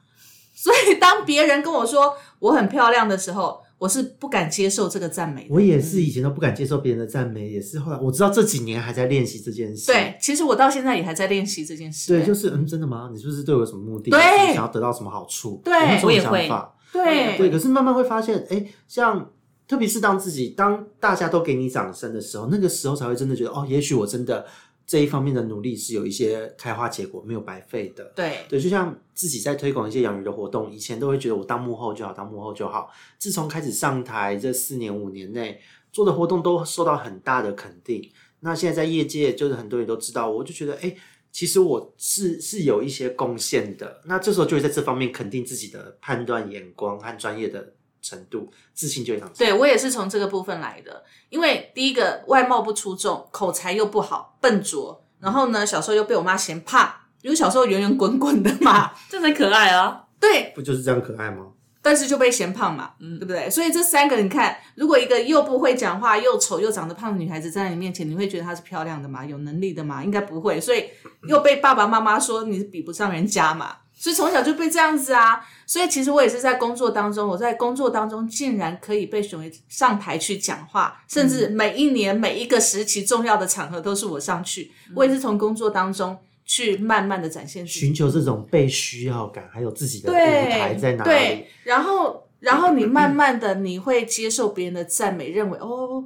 所以当别人跟我说我很漂亮的时候，我是不敢接受这个赞美的。我也是以前都不敢接受别人的赞美，也是后来我知道这几年还在练习这件事。对，其实我到现在也还在练习这件事。对，就是嗯，真的吗？你是不是对我有什么目的？对你是不是想要得到什么好处？对有没有我也这种会想法。对对，可是慢慢会发现，哎、像特别是当自己当大家都给你掌声的时候，那个时候才会真的觉得，哦，也许我真的这一方面的努力是有一些开花结果，没有白费的。对对，就像自己在推广一些养鱼的活动，以前都会觉得我当幕后就好，当幕后就好。自从开始上台这四年五年内做的活动都受到很大的肯定，那现在在业界就是很多人都知道我，我就觉得哎、诶其实我是是有一些贡献的。那这时候就会在这方面肯定自己的判断、眼光和专业的程度，自信就会上升。对，我也是从这个部分来的。因为第一个外貌不出众，口才又不好，笨拙。然后呢，小时候又被我妈嫌胖，因为小时候圆圆滚滚的 嘛。这才可爱啊！对，不就是这样可爱吗？但是就被嫌胖嘛，对不对？所以这三个，你看，如果一个又不会讲话、又丑又长得胖的女孩子站在你面前，你会觉得她是漂亮的吗？有能力的吗？应该不会。所以又被爸爸妈妈说你比不上人家嘛，所以从小就被这样子啊。所以其实我也是在工作当中，我在工作当中竟然可以被选为上台去讲话，甚至每一年每一个时期重要的场合都是我上去，我也是从工作当中去慢慢的展现自己。寻求这种被需要感，还有自己的舞对台在哪里对？，然后然后你慢慢的你会接受别人的赞美，认为哦，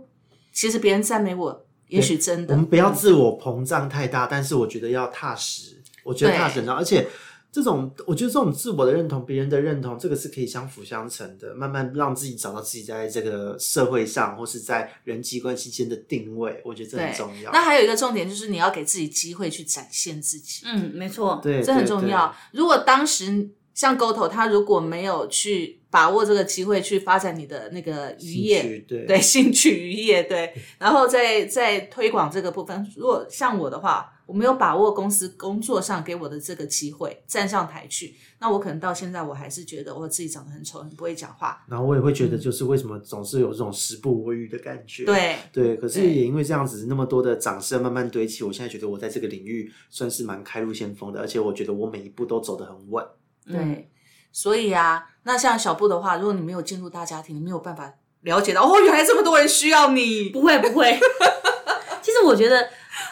其实别人赞美我，也许真我的们不要自我膨胀太大，但是我觉得要踏实，我觉得对踏实很重要。而且这种，我觉得这种自我的认同、别人的认同，这个是可以相辅相成的，慢慢让自己找到自己在这个社会上或是在人际关系间的定位，我觉得这很对重要。嗯那还有一个重点就是你要给自己机会去展现自己，嗯，没错，对，这很对重要。。如果当时像沟头他如果没有去把握这个机会去发展你的那个对渔业，兴趣对对，兴趣渔业对，然后再再推广这个部分。如果像我的话，我没有把握公司工作上给我的这个机会站上台去，那我可能到现在我还是觉得我自己长得很丑，很不会讲话。然后我也会觉得，就是为什么总是有这种时不我与的感觉。。嗯对，对，可是对也因为这样子，那么多的掌声慢慢堆砌，我现在觉得我在这个领域算是蛮开路先锋的，而且我觉得我每一步都走得很稳。对，嗯所以啊，那像小布的话，如果你没有进入大家庭，你没有办法了解到哦，原来这么多人需要你。不会不会。 其实我觉得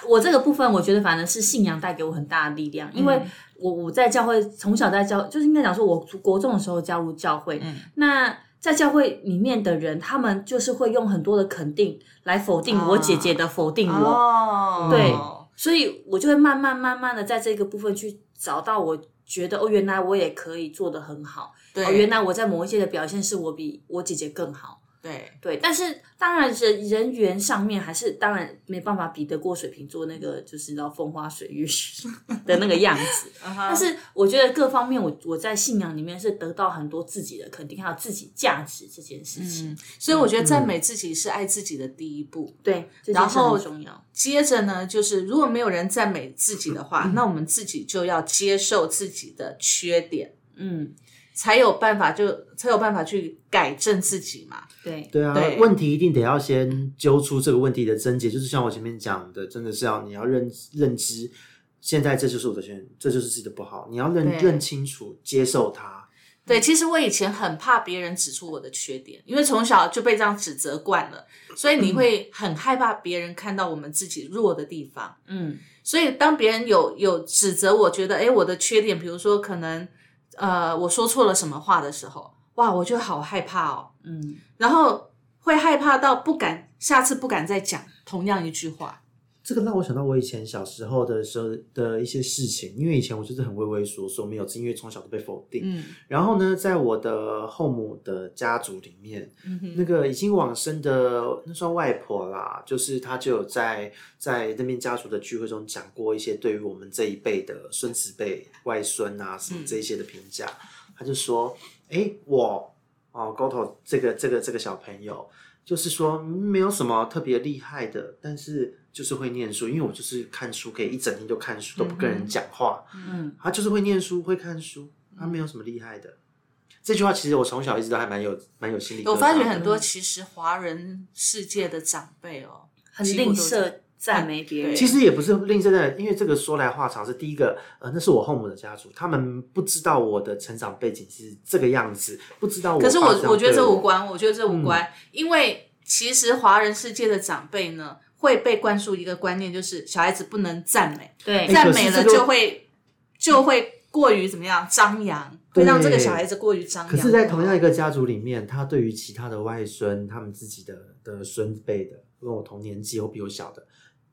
我这个部分，我觉得反而是信仰带给我很大的力量，因为我我在教会从小在教，就是应该讲说，我国中的时候加入教会，嗯那。在教会里面的人，他们就是会用很多的肯定来否定我啊姐姐的否定我，哦，对所以我就会慢慢慢慢的在这个部分去找到我觉得哦，原来我也可以做得很好，对，哦，原来我在某一些的表现是我比我姐姐更好，对对，但是当然人人员上面还是当然没办法比得过水瓶座那个就是你知道风花水月 的那个 样子，啊但是我觉得各方面我我在信仰里面是得到很多自己的肯定，还有自己价值这件事情，嗯，所以我觉得赞美自己是爱自己的第一步。对，这件然事很后重要，接着呢，就是如果没有人赞美自己的话，那我们自己就要接受自己的缺点，嗯，才有办法就才有办法去改正自己嘛。对，对啊，对问题一定得要先揪出这个问题的症结，就是像我前面讲的，真的是要你要认认知，现在这就是我的缺点，这就是自己的不好，你要认对认清楚，接受它。对，其实我以前很怕别人指出我的缺点，因为从小就被这样指责惯了，所以你会很害怕别人看到我们自己弱的地方。嗯，所以当别人有有指责我觉得，哎，我的缺点，比如说可能呃我说错了什么话的时候，哇，我就好害怕哦。嗯，然后会害怕到不敢，下次不敢再讲同样一句话。这个让我想到我以前小时候的时候的一些事情，因为以前我就是很畏畏缩缩，没有因为从小都被否定。嗯然后呢，在我的后母的家族里面，嗯哼那个已经往生的那算外婆啦，就是她就有在在那边家族的聚会中讲过一些对于我们这一辈的孙子辈、外孙啊嗯什么这一些的评价。她就说：“哎，我哦，高头这个这个这个小朋友，就是说嗯没有什么特别厉害的，但是就是会念书，因为我就是看书可以一整天就看书，都不跟人讲话。嗯，他就是会念书，会看书，他没有什么厉害的。这句话其实我从小一直都还蛮有蛮有心理。嗯我发觉很多，其实华人世界的长辈哦，很几乎吝都是啬赞美别人，对其实也不是吝啬的，因为这个说来话长。是第一个，呃，那是我后母的家族，他们不知道我的成长背景是这个样子，不知道我爸可样是对我我嗯我觉得这无，关，我觉得这无关，因为其实华人世界的长辈呢，会被灌输一个观念，就是小孩子不能赞美，对哎赞可是美这了个就会就会过于怎么样张扬，会对让这个小孩子过于张扬。可是，在同样一个家族里面，他对于其他的外孙，他们自己的的孙辈的，跟我同年纪或比我小的，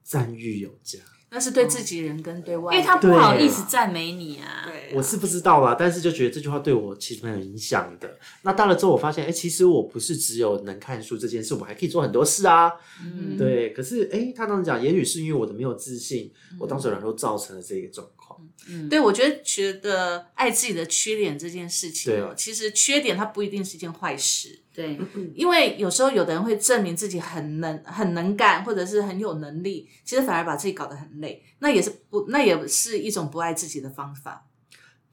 赞誉有加。那是对自己人跟对外因人，为他不好对意思赞美你啊。对啊我是不知道啦，但是就觉得这句话对我其实蛮有影响的。那大了之后，我发现，哎、其实我不是只有能看书这件事，我还可以做很多事啊。嗯对，可是，哎、他当时讲，也许是因为我的没有自信，嗯我当时软弱造成了这个状况。嗯对，我觉得觉得爱自己的缺点这件事情哦，对其实缺点它不一定是一件坏事，嗯对，因为有时候有的人会证明自己很能、很能干，或者是很有能力，其实反而把自己搞得很累，那也是不，那也是一种不爱自己的方法。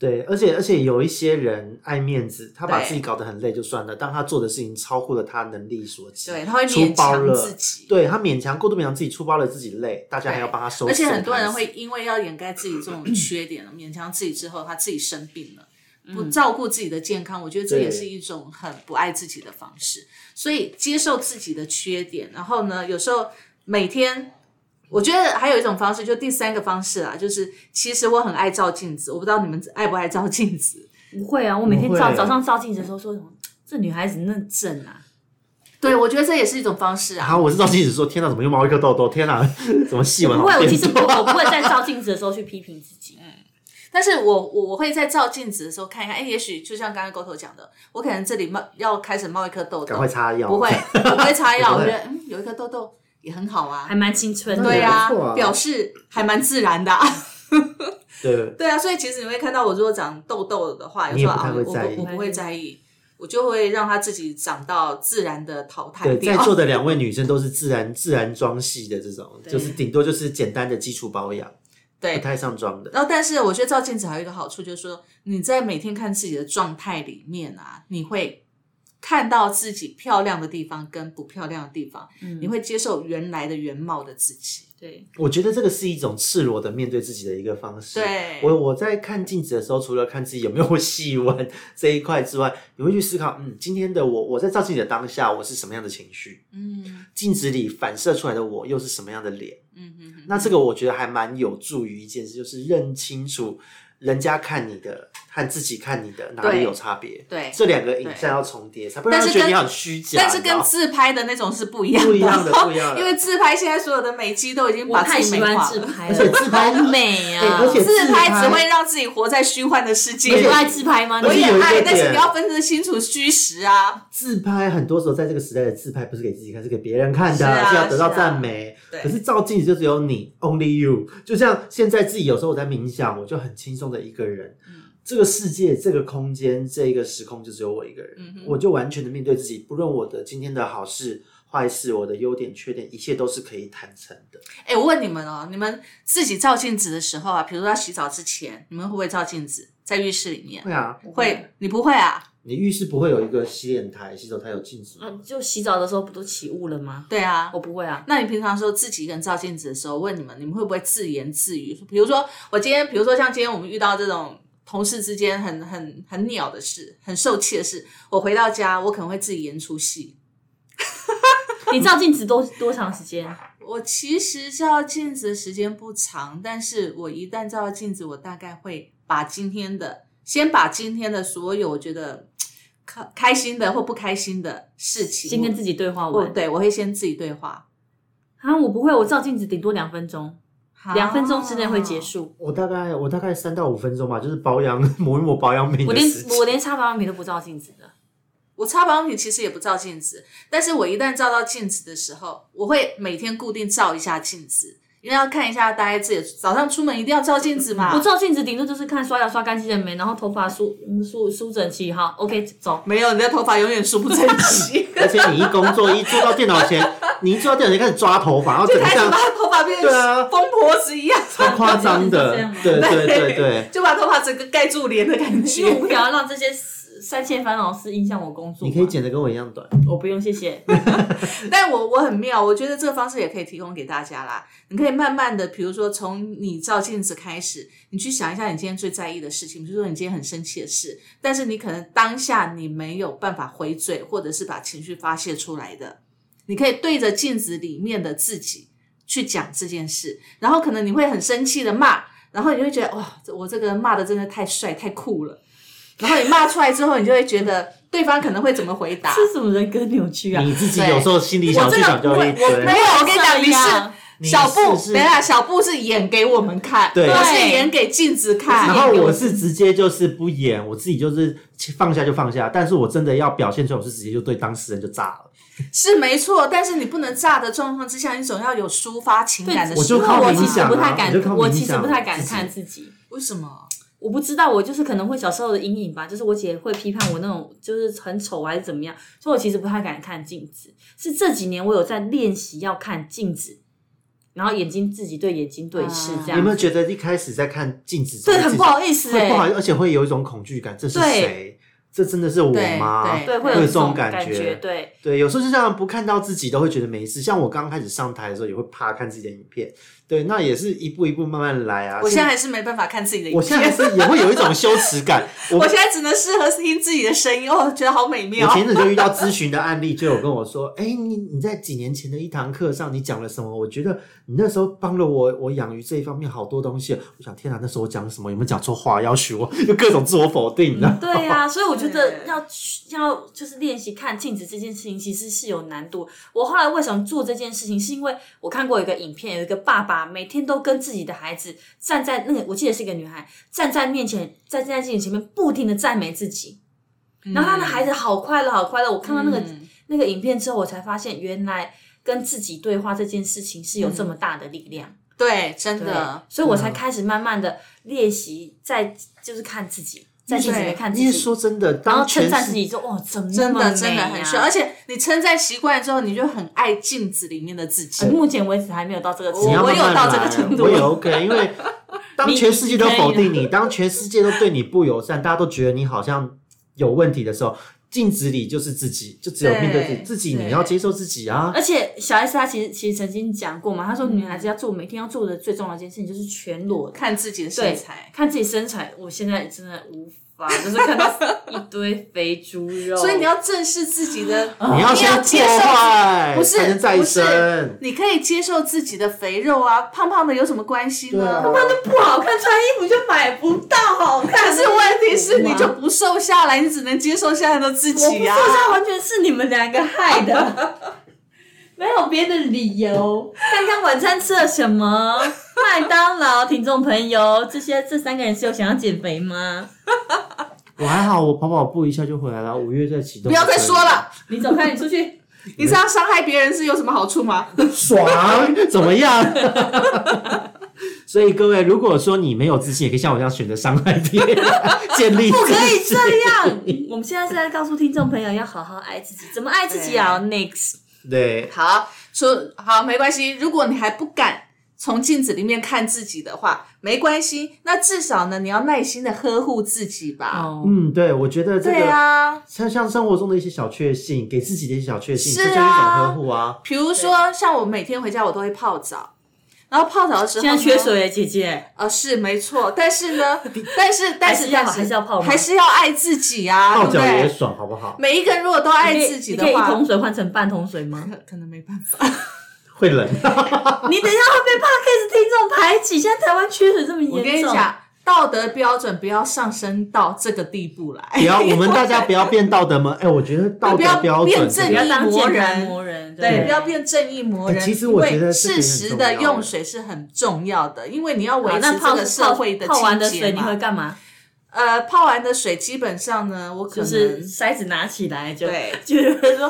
对，而且而且有一些人爱面子，他把对自己搞得很累就算了，当他做的事情超乎了他能力所及，对，他会出勉包强了自己。对他勉强过度勉强自己，出包了自己累，大家还要帮他收而拾。且很多人会因为要掩盖自己这种 缺点，勉强自己之后，他自己生病了，不照顾自己的健康，我觉得这对也是一种很不爱自己的方式。所以接受自己的缺点，然后呢，有时候每天。我觉得还有一种方式，就第三个方式啦，就是其实我很爱照镜子，我不知道你们爱不爱照镜子。不会啊，我每天照不会早上照镜子的时候说什么，这女孩子那正啊， 对，我觉得这也是一种方式啊。啊，我是照镜子说，天哪，怎么又冒一个痘痘？天哪， 怎么细纹不好会，我变其实不，多我不会在照镜子的时候去批评自己，但是我我我会在照镜子的时候看一看，哎，也许就像刚刚狗头讲的，我可能这里冒要开始冒一颗痘痘赶，快擦药。不 会，我不会擦药，我不会觉得嗯有一颗痘痘也很好啊还。蛮青春的。对呀啊不错，啊表示还蛮自然的、啊。 对，对啊，所以其实你会看到我如果长痘痘的话，有你时也候不太啊，我不我会在意不会在意，我就会让它自己长到自然的淘汰对，在掉。座的两位女生都是自然自然妆系的这种，就是顶多就是简单的基础保养，不对。太上妆的。然后，但是我觉得照镜子还有一个好处，就是说你在每天看自己的状态里面啊，你会看到自己漂亮的地方跟不漂亮的地方，嗯你会接受原来的原貌的自己。嗯对，我觉得这个是一种赤裸的面对自己的一个方式。对我我在看镜子的时候，除了看自己有没有细纹这一块之外，你会去思考，嗯，今天的我，我在照镜子的当下，我是什么样的情绪？嗯镜子里反射出来的我又是什么样的脸？嗯嗯嗯。那这个我觉得还蛮有助于一件事，就是认清楚人家看你的和自己看你的哪里有差别。哎对这两个影像要重叠，才不会但让是人觉得跟你很虚假。但是你知道跟吗自拍的那种是不一样的，不一样的 不一样的因为自拍现在所有的美肌都已经我把自太己喜美欢化自了，拍而且了，自拍好美啊！对而且自拍自拍只会让自己活在虚幻的世界你里不。爱自拍吗？而我且也有一个爱，但是点你要分得清楚虚实啊。自拍很多时候在这个时代的自拍不是给自己看，是给别人看的，是啊要得到是啊赞美。对可是照镜子就只有你，Only You。就像现在自己有时候我在冥想，我就很轻松的一个人。嗯这个世界、这个空间、这个时空就只有我一个人，嗯哼我就完全的面对自己，不论我的今天的好事、坏事，我的优点、缺点，一切都是可以坦诚的。哎，我问你们哦，你们自己照镜子的时候啊，比如说要洗澡之前，你们会不会照镜子？在浴室里面会啊，会，你不会啊？你浴室不会有一个洗脸台、洗手台有镜子吗？嗯，就洗澡的时候不都起雾了吗？对啊，我不会啊，那你平常说自己一个人照镜子的时候，问你们，你们会不会自言自语？比如说，我今天，比如说像今天我们遇到这种同事之间很很很鸟的事，很受气的事，我回到家，我可能会自己演出戏。你照镜子多多长时间？我其实照镜子的时间不长，但是我一旦照镜子，我大概会把今天的，先把今天的所有我觉得开开心的或不开心的事情，先跟自己对话哦我完。对我会先自己对话，啊，我不会，我照镜子顶多两分钟，啊两分钟之内会结束。束。我大概我大概三到五分钟吧，就是保养抹一抹保养品我的连时间我连擦保养品都不照镜子的，我擦保养品其实也不照镜子，但是我一旦照到镜子的时候，我会每天固定照一下镜子，因为要看一下大概自己的早上出门一定要照镜子啊嘛。我照镜子顶多就是看刷牙刷干净了没，然后头发梳嗯梳梳整齐，好，OK，走。没有，你的头发永远梳不整 齐，而且你一工作一坐到电脑前，你一坐到电脑前开始抓头发，然后整个开这始样把头发变成对啊疯婆子一样，超夸张的这样吗，对对对对， 就把头发整个盖住脸的感因为我觉。不想要让这些三千烦恼事影响我工作。你可以，剪的跟我一样短，我不用，谢谢。但我我很妙，我觉得这个方式也可以提供给大家啦。你可以慢慢的，比如说从你照镜子开始，你去想一下你今天最在意的事情，比如说你今天很生气的事，但是你可能当下你没有办法回嘴，或者是把情绪发泄出来的，你可以对着镜子里面的自己去讲这件事，然后可能你会很生气的骂，然后你就会觉得哇，这我这个人骂的真的太帅太酷了，然后你骂出来之后，你就会觉得对方可能会怎么回 答。这是什么人格扭曲啊？你自己有时候心里想去想就会一我没堆，有，我跟你讲，你这是样你小布，是等一下，小布是演给我们看，对我是演给镜子看，然后我是直接就是不演，我自己就是放下就放下，但是我真的要表现出来，我是直接就对当事人就炸了，是没错，但是你不能炸的状况之下，你总要有抒发情感的对我时就因为候。靠我冥其实想不太啊，我就敢，靠我冥其实想不太敢自己看自己。为什么？我不知道，我就是可能会小时候的阴影吧，就是我姐会批判我那种就是很丑还是怎么样，所以我其实不太敢看镜子。是这几年我有在练习要看镜子，然后眼睛自己对眼睛对视啊这你有样没有子，觉得一开始在看镜子，对，很不好意思会哎、不好，而且会有一种恐惧感，这是对谁？这真的是我对吗？对对，会会有有这种感感觉对，对，有时候就这样不看到自己都会觉得没事。像我刚开始上台的时候，也会怕看自己的影片。对，那也是一步一步慢慢来啊。我现在还是没办法看自己的影我现在片，是也会有一种羞耻 感。我我现在只能适合听自己的声音，哦，觉得好美妙我。前阵子就遇到咨询的案例，就有跟我说：“哎、你你在几年前的一堂课上，你讲了什么？我觉得你那时候帮了我，我养鱼这一方面好多东西。”我想，天啊哪，那时候我讲了什么？有没有讲错话？要许我， 就各种自我否定，你 知道吗？对呀、所以我觉得对要要就是练习看镜子这件事情，其实是有难度。我后来为什么做这件事情，是因为我看过一个影片，有一个爸爸每天都跟自己的孩子站在那个，我记得是一个女孩站在面前，站在镜子前面不停的赞美自己，嗯然后他的孩子子好快乐，好快乐。我看到那个、嗯那个影片之后，我才发现原来跟自己对话这件事情是有这么大的力量。对，嗯真对的，所以我才开始慢慢的练习，在就是看自己，在镜子里面看自因为己，说真的，然后当全称赞世自己说哇，怎么那真么的真美啊的很呀帅。而且你称赞习惯之后，你就很爱镜子里面的自己呃。嗯目前为止还没有到这个程我你要度，慢慢我有到这来啊个程度我也 OK，因为当全世界都否定你，当全世界都对你不友善，大家都觉得你好像有问题的时候，镜子里就是自己，就只有面对自己，对自己对你要接受自己啊。而且小 S 她其实其实曾经讲过嘛，她说女孩子要做每天要做的最重要的一件事情就是全裸的，看自己的身对材，看自己身材。我现在真的无法，就是 看到一堆肥猪肉，所以你要正视自己 的，你要呃你要先破接受，坏，不是才能哎再不是生，。你可以接受自己的肥肉啊，胖胖的有什么关系对呢？啊不好看，穿衣服就买不到好看但是问题是，你就我不瘦下来，你只能接受现在的自不瘦己啊。下完全是你们两个害的， 没有别的理由。看看晚餐吃了什么，麦当劳，听众朋友，这些这三个人是有想要减肥吗？我还好，我跑跑步一下就回来了。五月再启动，不要再说了，你走开，你出去。你知道伤害别人是有什么好处 吗？爽，怎么样？ 所以各位，如果说你没有自信，也可以像我这样选择伤害别人， 建立不自可己。以这样。 我们现在是在告诉听众朋友要好好爱自己，怎么爱自己啊？Next，对，好，说好没关系。如果你还不敢从镜子里面看自己的话，没关系，那至少呢，你要耐心的呵护自己吧。哦，嗯，对，我觉得这对个啊，像像生活中的一些小确幸，给自己的一些小确幸，是这就是一种啊呵护啊。比如说像我每天回家，我都会泡澡，然后泡澡的时候现在呢缺水耶，姐姐。啊、是没错，但是 呢，但是但是还是要但是还是要泡吗还是要爱自己啊，泡对脚不也对？爽，好不好？每一个人如果都爱自己你的可以你可以一话，桶水换成半桶水 吗？可可能没办法。会冷，你等一下会被 p o d 听众排挤，现在台湾缺水这么严重。我跟你讲，道德标准不要上升到这个地步来。不要，我们大家不要变道德嘛。哎，我觉得道不要德标变准正这不个要当魔剑南人魔人，对，不要变正义魔人。哎其实我觉得因为这点适很时重的要哎用水是很重要的，因为你要维持好那啊这泡个社会的泡完的清洁水你嘛会。干嘛？呃，泡完的水基本上呢，我可就能是筛子拿起来就对， 就有人说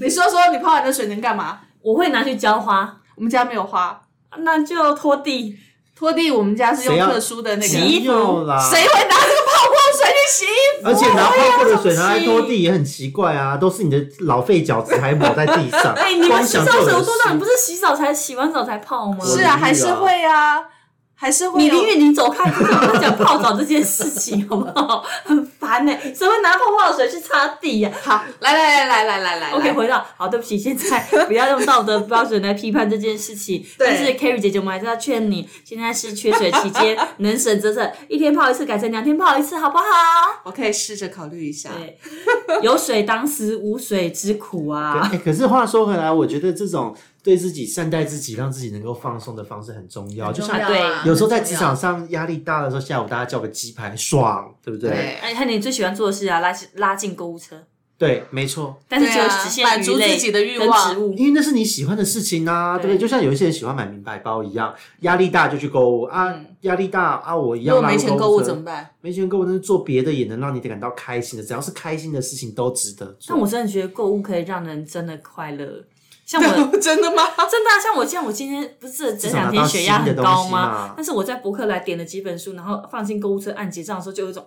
你说说你泡完的水能干嘛？我会拿去浇花，我们家没有花，那就拖地。拖地我们家是用谁要特殊的那个。啊洗衣服又啦，谁会拿这个泡沫水去洗衣服？而且拿泡过的水拿我也要来拖地也很奇怪啊，都是你的老废脚趾还抹在地上。哎，你们光洗想澡就有手人多到你不是洗澡才洗完澡才泡吗？我是淋浴啊，啊还是会啊，还是会你有。宁愿你走开，不要讲泡澡这件事情， 好不好？很烦呢、欸谁会拿泡泡水去擦地呀、好，来来来来来来来 OK，来，回到好，对不起，现在不要用道德标准来批判这件事情。对但是 Carrie 姐姐，我们还是要劝你，现在是缺水期间，能省则省，一天泡一次改成两天泡一次，好不好？我可以试着考虑一下。对，有水当思无水之苦啊。哎，可是话说回来，我觉得这种对自己善待自己，让自己能够放松的方式很重要。就重像要啊对有时候在职场上压力大的时候，下午大家叫个鸡排，爽，对不对？对哎，看你最喜欢做的事啊，拉拉进购物车，对，没错，但是只有对啊只限满鱼足类自己的欲跟望植物。因为那是你喜欢的事情啊，对不对？对就像有一些人喜欢买名牌包一样，压力大就去购物啊嗯，压力大啊，我一如果样没钱购购物怎么办？没钱购物，但是做别的也能让你感到开心的，只要是开心的事情都值得做。但我真的觉得购物可以让人真的快乐，像我哦真的吗？真的、啊、像我这样，我今天不是这至少两拿天到血压新的很东西高吗嘛？但是我在博客来点了几本书，然后放进购物车按结账的时候，就有一种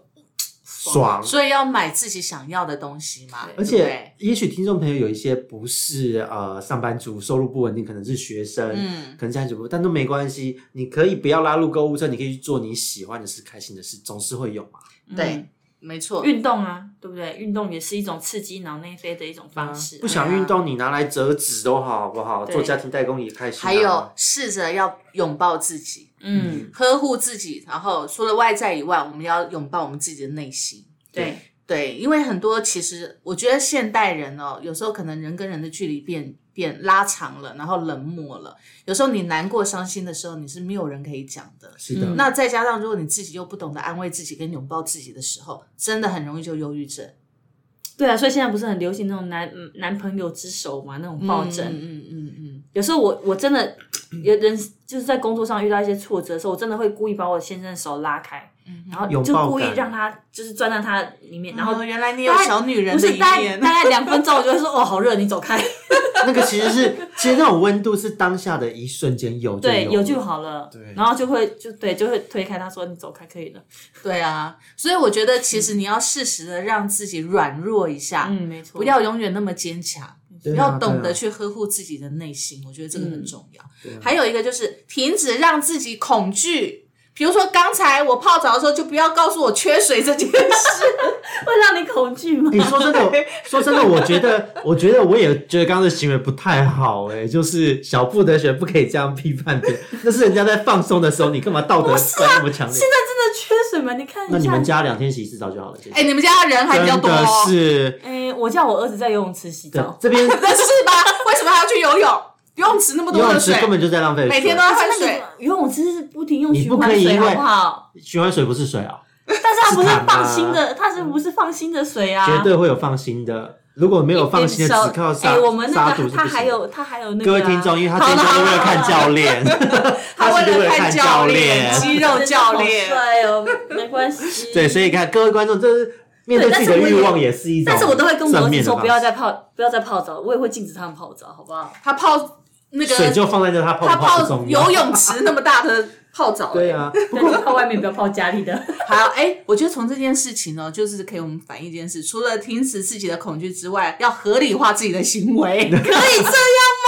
爽，所以要买自己想要的东西嘛对。对而不且对，也许听众朋友有一些不是呃上班族，收入不稳定，可能是学生，嗯，可能家庭主妇，但都没关系。你可以不要拉入购物车，你可以去做你喜欢的事、开心的事，总是会有嘛。对，没错嗯。运动啊，对不对？运动也是一种刺激脑内啡的一种方式。啊不哎想运动，你拿来折纸都好，好不好？对做家庭代工也开心、啊。还有，试着要拥抱自己，嗯，呵护自己，然后除了外在以外，我们要拥抱我们自己的内心。对，对，因为很多其实我觉得现代人哦，有时候可能人跟人的距离变变拉长了，然后冷漠了。有时候你难过、伤心的时候，你是没有人可以讲的。是的，那再加上，如果你自己又不懂得安慰自己跟拥抱自己的时候，真的很容易就忧郁症、对啊，所以现在不是很流行那种男嗯男朋友之手嘛，那种抱枕。嗯嗯嗯嗯有时候我我真的有人就是在工作上遇到一些挫折的时候，我真的会故意把我先生的手拉开，然后拥就抱故意感让他就是钻到他里面，嗯。然后哦原来你有大概小女人不的是一大概面，大概两分钟，我就会说哦，好热，你走 开。那个其实是，其实那种温度是当下的一瞬间有就对，有就了好了。对然后就会就对，就会推开他说你走开可以了。对啊。所以我觉得，其实你要适时的让自己软弱一下，嗯，没错。不要永远那么坚强，啊对啊要懂对得啊去呵护自己的内心。我觉得这个很嗯重要。对啊还有一个就是停止让自己恐惧。比如说刚才我泡澡的时候，就不要告诉我缺水这件 事。会让你恐惧吗？你说真的，我说真的，我觉得，我觉得我也觉得刚刚的行为不太好、哎，就是小不得学，不可以这样批判别人，那是人家在放松的时候，你干嘛道德观那么强烈现？在真的缺水吗？你看一那下。你们家两天洗一次澡就好了，谢谢哎、你们家人还比较真多、的哦，是，哎，我叫我儿子在游泳池洗对澡，，这 边那是吧？为什么还要去游泳？游泳池那么游多的泳池水，根本就在浪费水，每天都而要换且那水。个游泳池是不停用你循不环可以水，因好为不好？循环水不是水啊，但是它不是是糖啊放新的，它是不是放新的水啊？绝对会有放心的。如果没有放心的，手只靠哎、杀我们杀那毒个是不他还行的。有他还有那个、啊、各位听众，因为他好这一了周好都了为了看教 练，他是为他为了了看教练看教练。肌肉教练真的好帅哦，没关系。 对，所以看各位观众，这是面对自己的欲望也是一种，但是我都会跟我儿正子面的说方式不要再泡，不要再泡澡，我也会禁止他们泡澡，好不好？他泡那个水就放在那，他泡他不泡不泡重要游。泳池那么大的泡澡、对啊，但是泡外面，不要泡家 里的。好，哎、我觉得从这件事情呢、就是可以我们反映一件事，除了停止自己的恐惧之外，要合理化自己的行 哎为，可以这样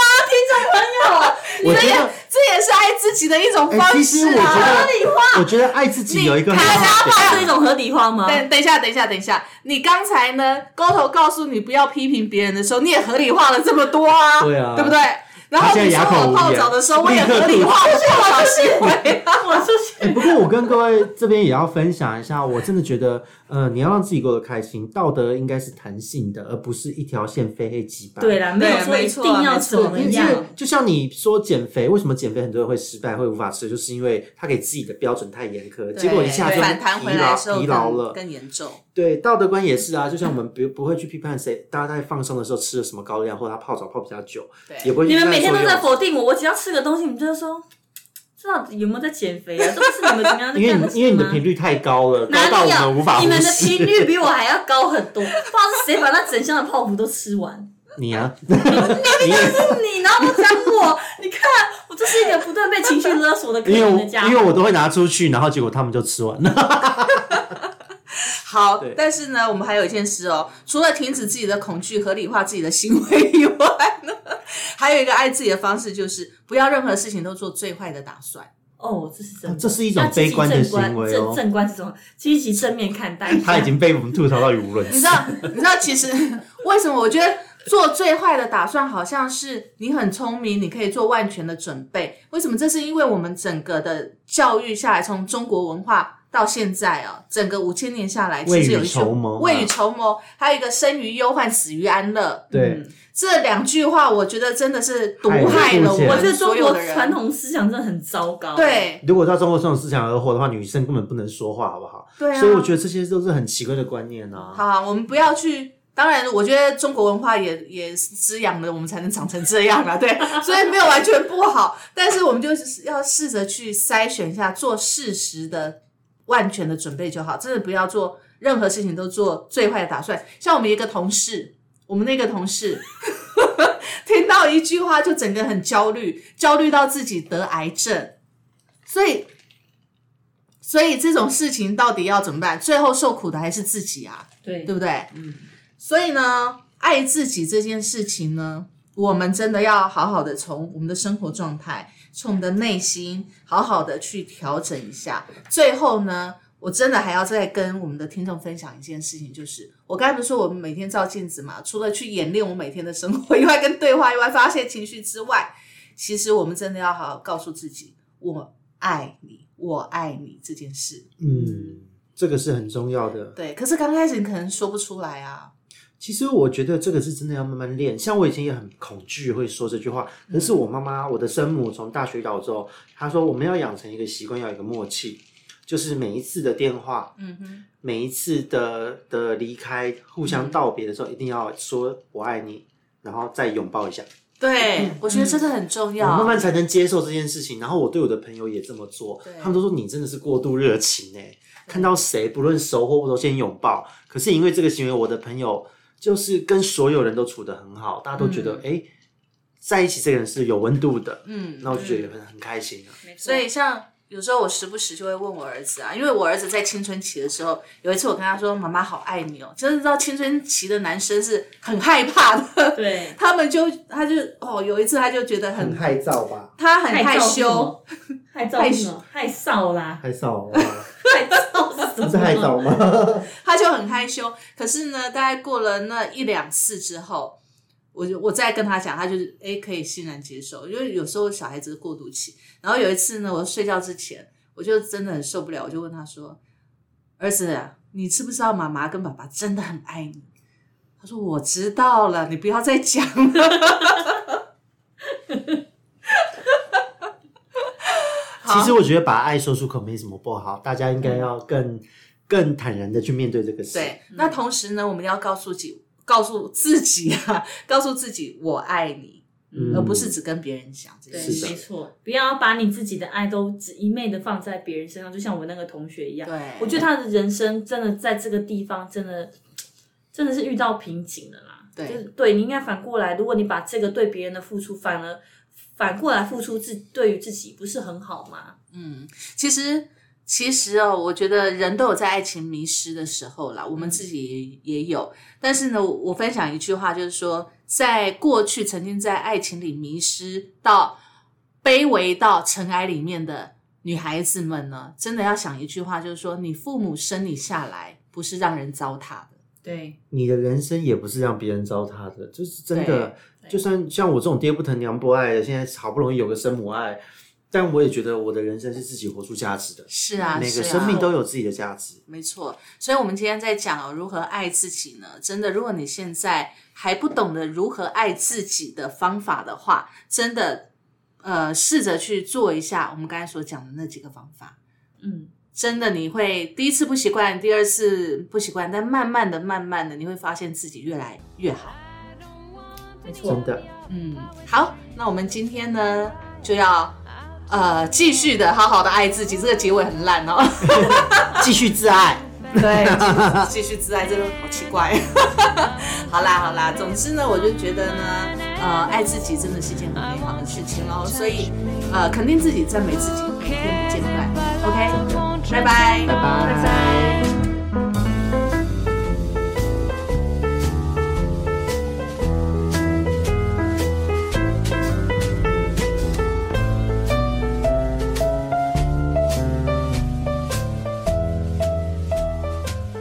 吗，听众朋友？我这觉也得这也是爱自己的一种哎，方其实式我啊。觉得，我觉得爱自己有一个很你好看的啊点，这是一种合理化吗？等等一下，等一下，等一下！你刚才呢，勾头告诉你不要批评别人的时候，你也合理化了这么多啊，对啊对不对？然后他现在你说哑口我无泡言澡的时候，我也立刻合理吐化，我就小心回啊。我出去。不过我跟各位这边也要分享一下，我真的觉得，呃，你要让自己过得开心，道德应该是弹性的，而不是一条线非黑即白。 对啦，没有说一定要怎么没错因没为错样。就像你说减肥，为什么减肥很多人会失败，会无法吃，就是因为他给自己的标准太严苛， 结果一下就反弹回疲来劳的时候疲劳更了。更严重。对，道德观也是啊，就像我们不不会去批判谁，大家在放松的时候吃了什么高量，或者他泡澡泡比较久，对，也不会去你们批判每天都说在有否定我，我只要吃个东西，你们就说，这到底有没有在减肥啊？这不是你们怎么啊样 在因为干的你因为事你的吗频？率太高了，哪高到里我有？们无法你忽们的视。频率比我还要高很多，不知道是谁把那整箱的泡芙都吃完。 你啊， 你也是你，然后都讲我，你看我这是一个不断被情绪勒索的可因为怜的家我因伙。为我都会拿出去，然后结果他们就吃完了。好对，但是呢，我们还有一件事哦，除了停止自己的恐惧、合理化自己的行为以外呢，还有一个爱自己的方式，就是不要任何事情都做最坏的打算。哦，这是真的，这是一种悲观的行为正哦。正观是什么？积极正面看待。他已经被我们吐槽到语无伦你次知。 道，你知道，其实为什么我觉得做最坏的打算好像是你很聪明，你可以做万全的准备。为什么？这是因为我们整个的教育下来，从中国文化到现在哦，整个五千年下来，其实有一句未雨绸缪啊未雨绸缪，还有一个生于忧患，死于安乐。嗯对，这两句话，我觉得真的是毒害害人了不浅我我觉们得所中有国的人。传统思想真的很糟糕。，对如果照中国这种思想而活的话，女生根本不能说话，好不好？对啊，所以我觉得这些都是很奇怪的观念啊。好啊，我们不要去。当然，我觉得中国文化也也滋养了我们才能长成这样啊，对， 所以没有完全不好，但是我们就是要试着去筛选一下，做适时的、万全的准备就好，真的不要做任何事情都做最坏的打算。像我们一个同事，我们那个同事 听到一句话就整个很焦虑，焦虑到自己得癌症，所以。所以这种事情到底要怎么办？最后受苦的还是自己啊！对对不对？嗯，所以呢，爱自己这件事情呢，我们真的要好好的从我们的生活状态，从我们的内心，好好的去调整一下。最后呢，我真的还要再跟我们的听众分享一件事情，就是我刚才不是说我们每天照镜子嘛，除了去演练我每天的生活以外，跟对话以外，发泄情绪之外，其实我们真的要好好告诉自己，我爱你，我爱你这件事。嗯，这个是很重要的。对，可是刚开始你可能说不出来啊。其实我觉得这个是真的要慢慢练。像我以前也很恐惧会说这句话，可是我妈妈，我的生母从大学到之后，她说我们要养成一个习惯，要有一个默契，就是每一次的电话，嗯哼。每一次的的离开，互相道别的时候，一定要说我爱你，然后再拥抱一下，对，我觉得这个很重我要。嗯慢慢才能接受这件事情。然后我对我的朋友也这么做对，他们都说你真的是过度热情哎、看到谁不论熟或不熟先拥抱。可是因为这个行为，我的朋友就是跟所有人都处得很好，大家都觉得哎、诶在一起这个人是有温度的，嗯，那我就觉得很很开心啊。所以像有时候我时不时就会问我儿子啊，因为我儿子在青春期的时候，有一次我跟他说：“妈妈好爱你哦。”真的知道青春期的男生是很害怕的，对，他们就他就哦，有一次他就觉得很害臊吧？他很害羞，，害臊什么？害 臊啦， 害臊、 害臊是什么？臊吗？他就很害羞。可是呢，大概过了那一两次之后，我就我再跟他讲，他就是诶可以欣然接受，因为有时候小孩子过渡期。然后有一次呢，我睡觉之前，我就真的很受不了，我就问他说：“儿子啊，你知不知道妈妈跟爸爸真的很爱你？”他说：“我知道了，你不要再讲 了。好其实我觉得把爱说出口没什么不好，大家应该要更更坦然的去面对这个”事。嗯对，嗯那同时呢，我们要告诉自己，告诉自己啊，告诉自己我爱你，嗯而不是只跟别人讲这对件是事的情没。错，不要把你自己的爱都只一昧的放在别人身上，就像我那个同学一样。对，我觉得他的人生真的在这个地方真的真的是遇到瓶颈了啦。对就是对你应该反过来，如果你把这个对别人的付出，反而反过来付出自对于自己，不是很好吗？嗯，其实其实哦，我觉得人都有在爱情迷失的时候啦，我们自己也也有。但是呢，我我分享一句话，就是说，在过去曾经在爱情里迷失到卑微到尘埃里面的女孩子们呢，真的要想一句话，就是说，你父母生你下来不是让人糟蹋的，对，你的人生也不是让别人糟蹋的，就是真的。对就算像我这种爹不疼娘不爱的，现在好不容易有个生母爱，但我也觉得我的人生是自己活出价值的。是啊，每是个啊生命都有自己的价值。没错，所以我们今天在讲哦，如何爱自己呢？真的，如果你现在还不懂得如何爱自己的方法的话，真的，呃，试着去做一下我们刚才所讲的那几个方法。嗯，真的，你会第一次不习惯，第二次不习惯，但慢慢的、慢慢的，你会发现自己越来越好。没错真。的，嗯，好，那我们今天呢就要呃继续的好好的爱自己，这个结尾很烂 哦。继续自爱。 对，继续自爱，真的好奇怪。 好啦好啦，总之呢，我就觉得呢，呃，爱自己真的是一件很美好的事情喽。所以，呃，肯定自己，赞美自己，每天不间断。OK，拜拜，拜拜。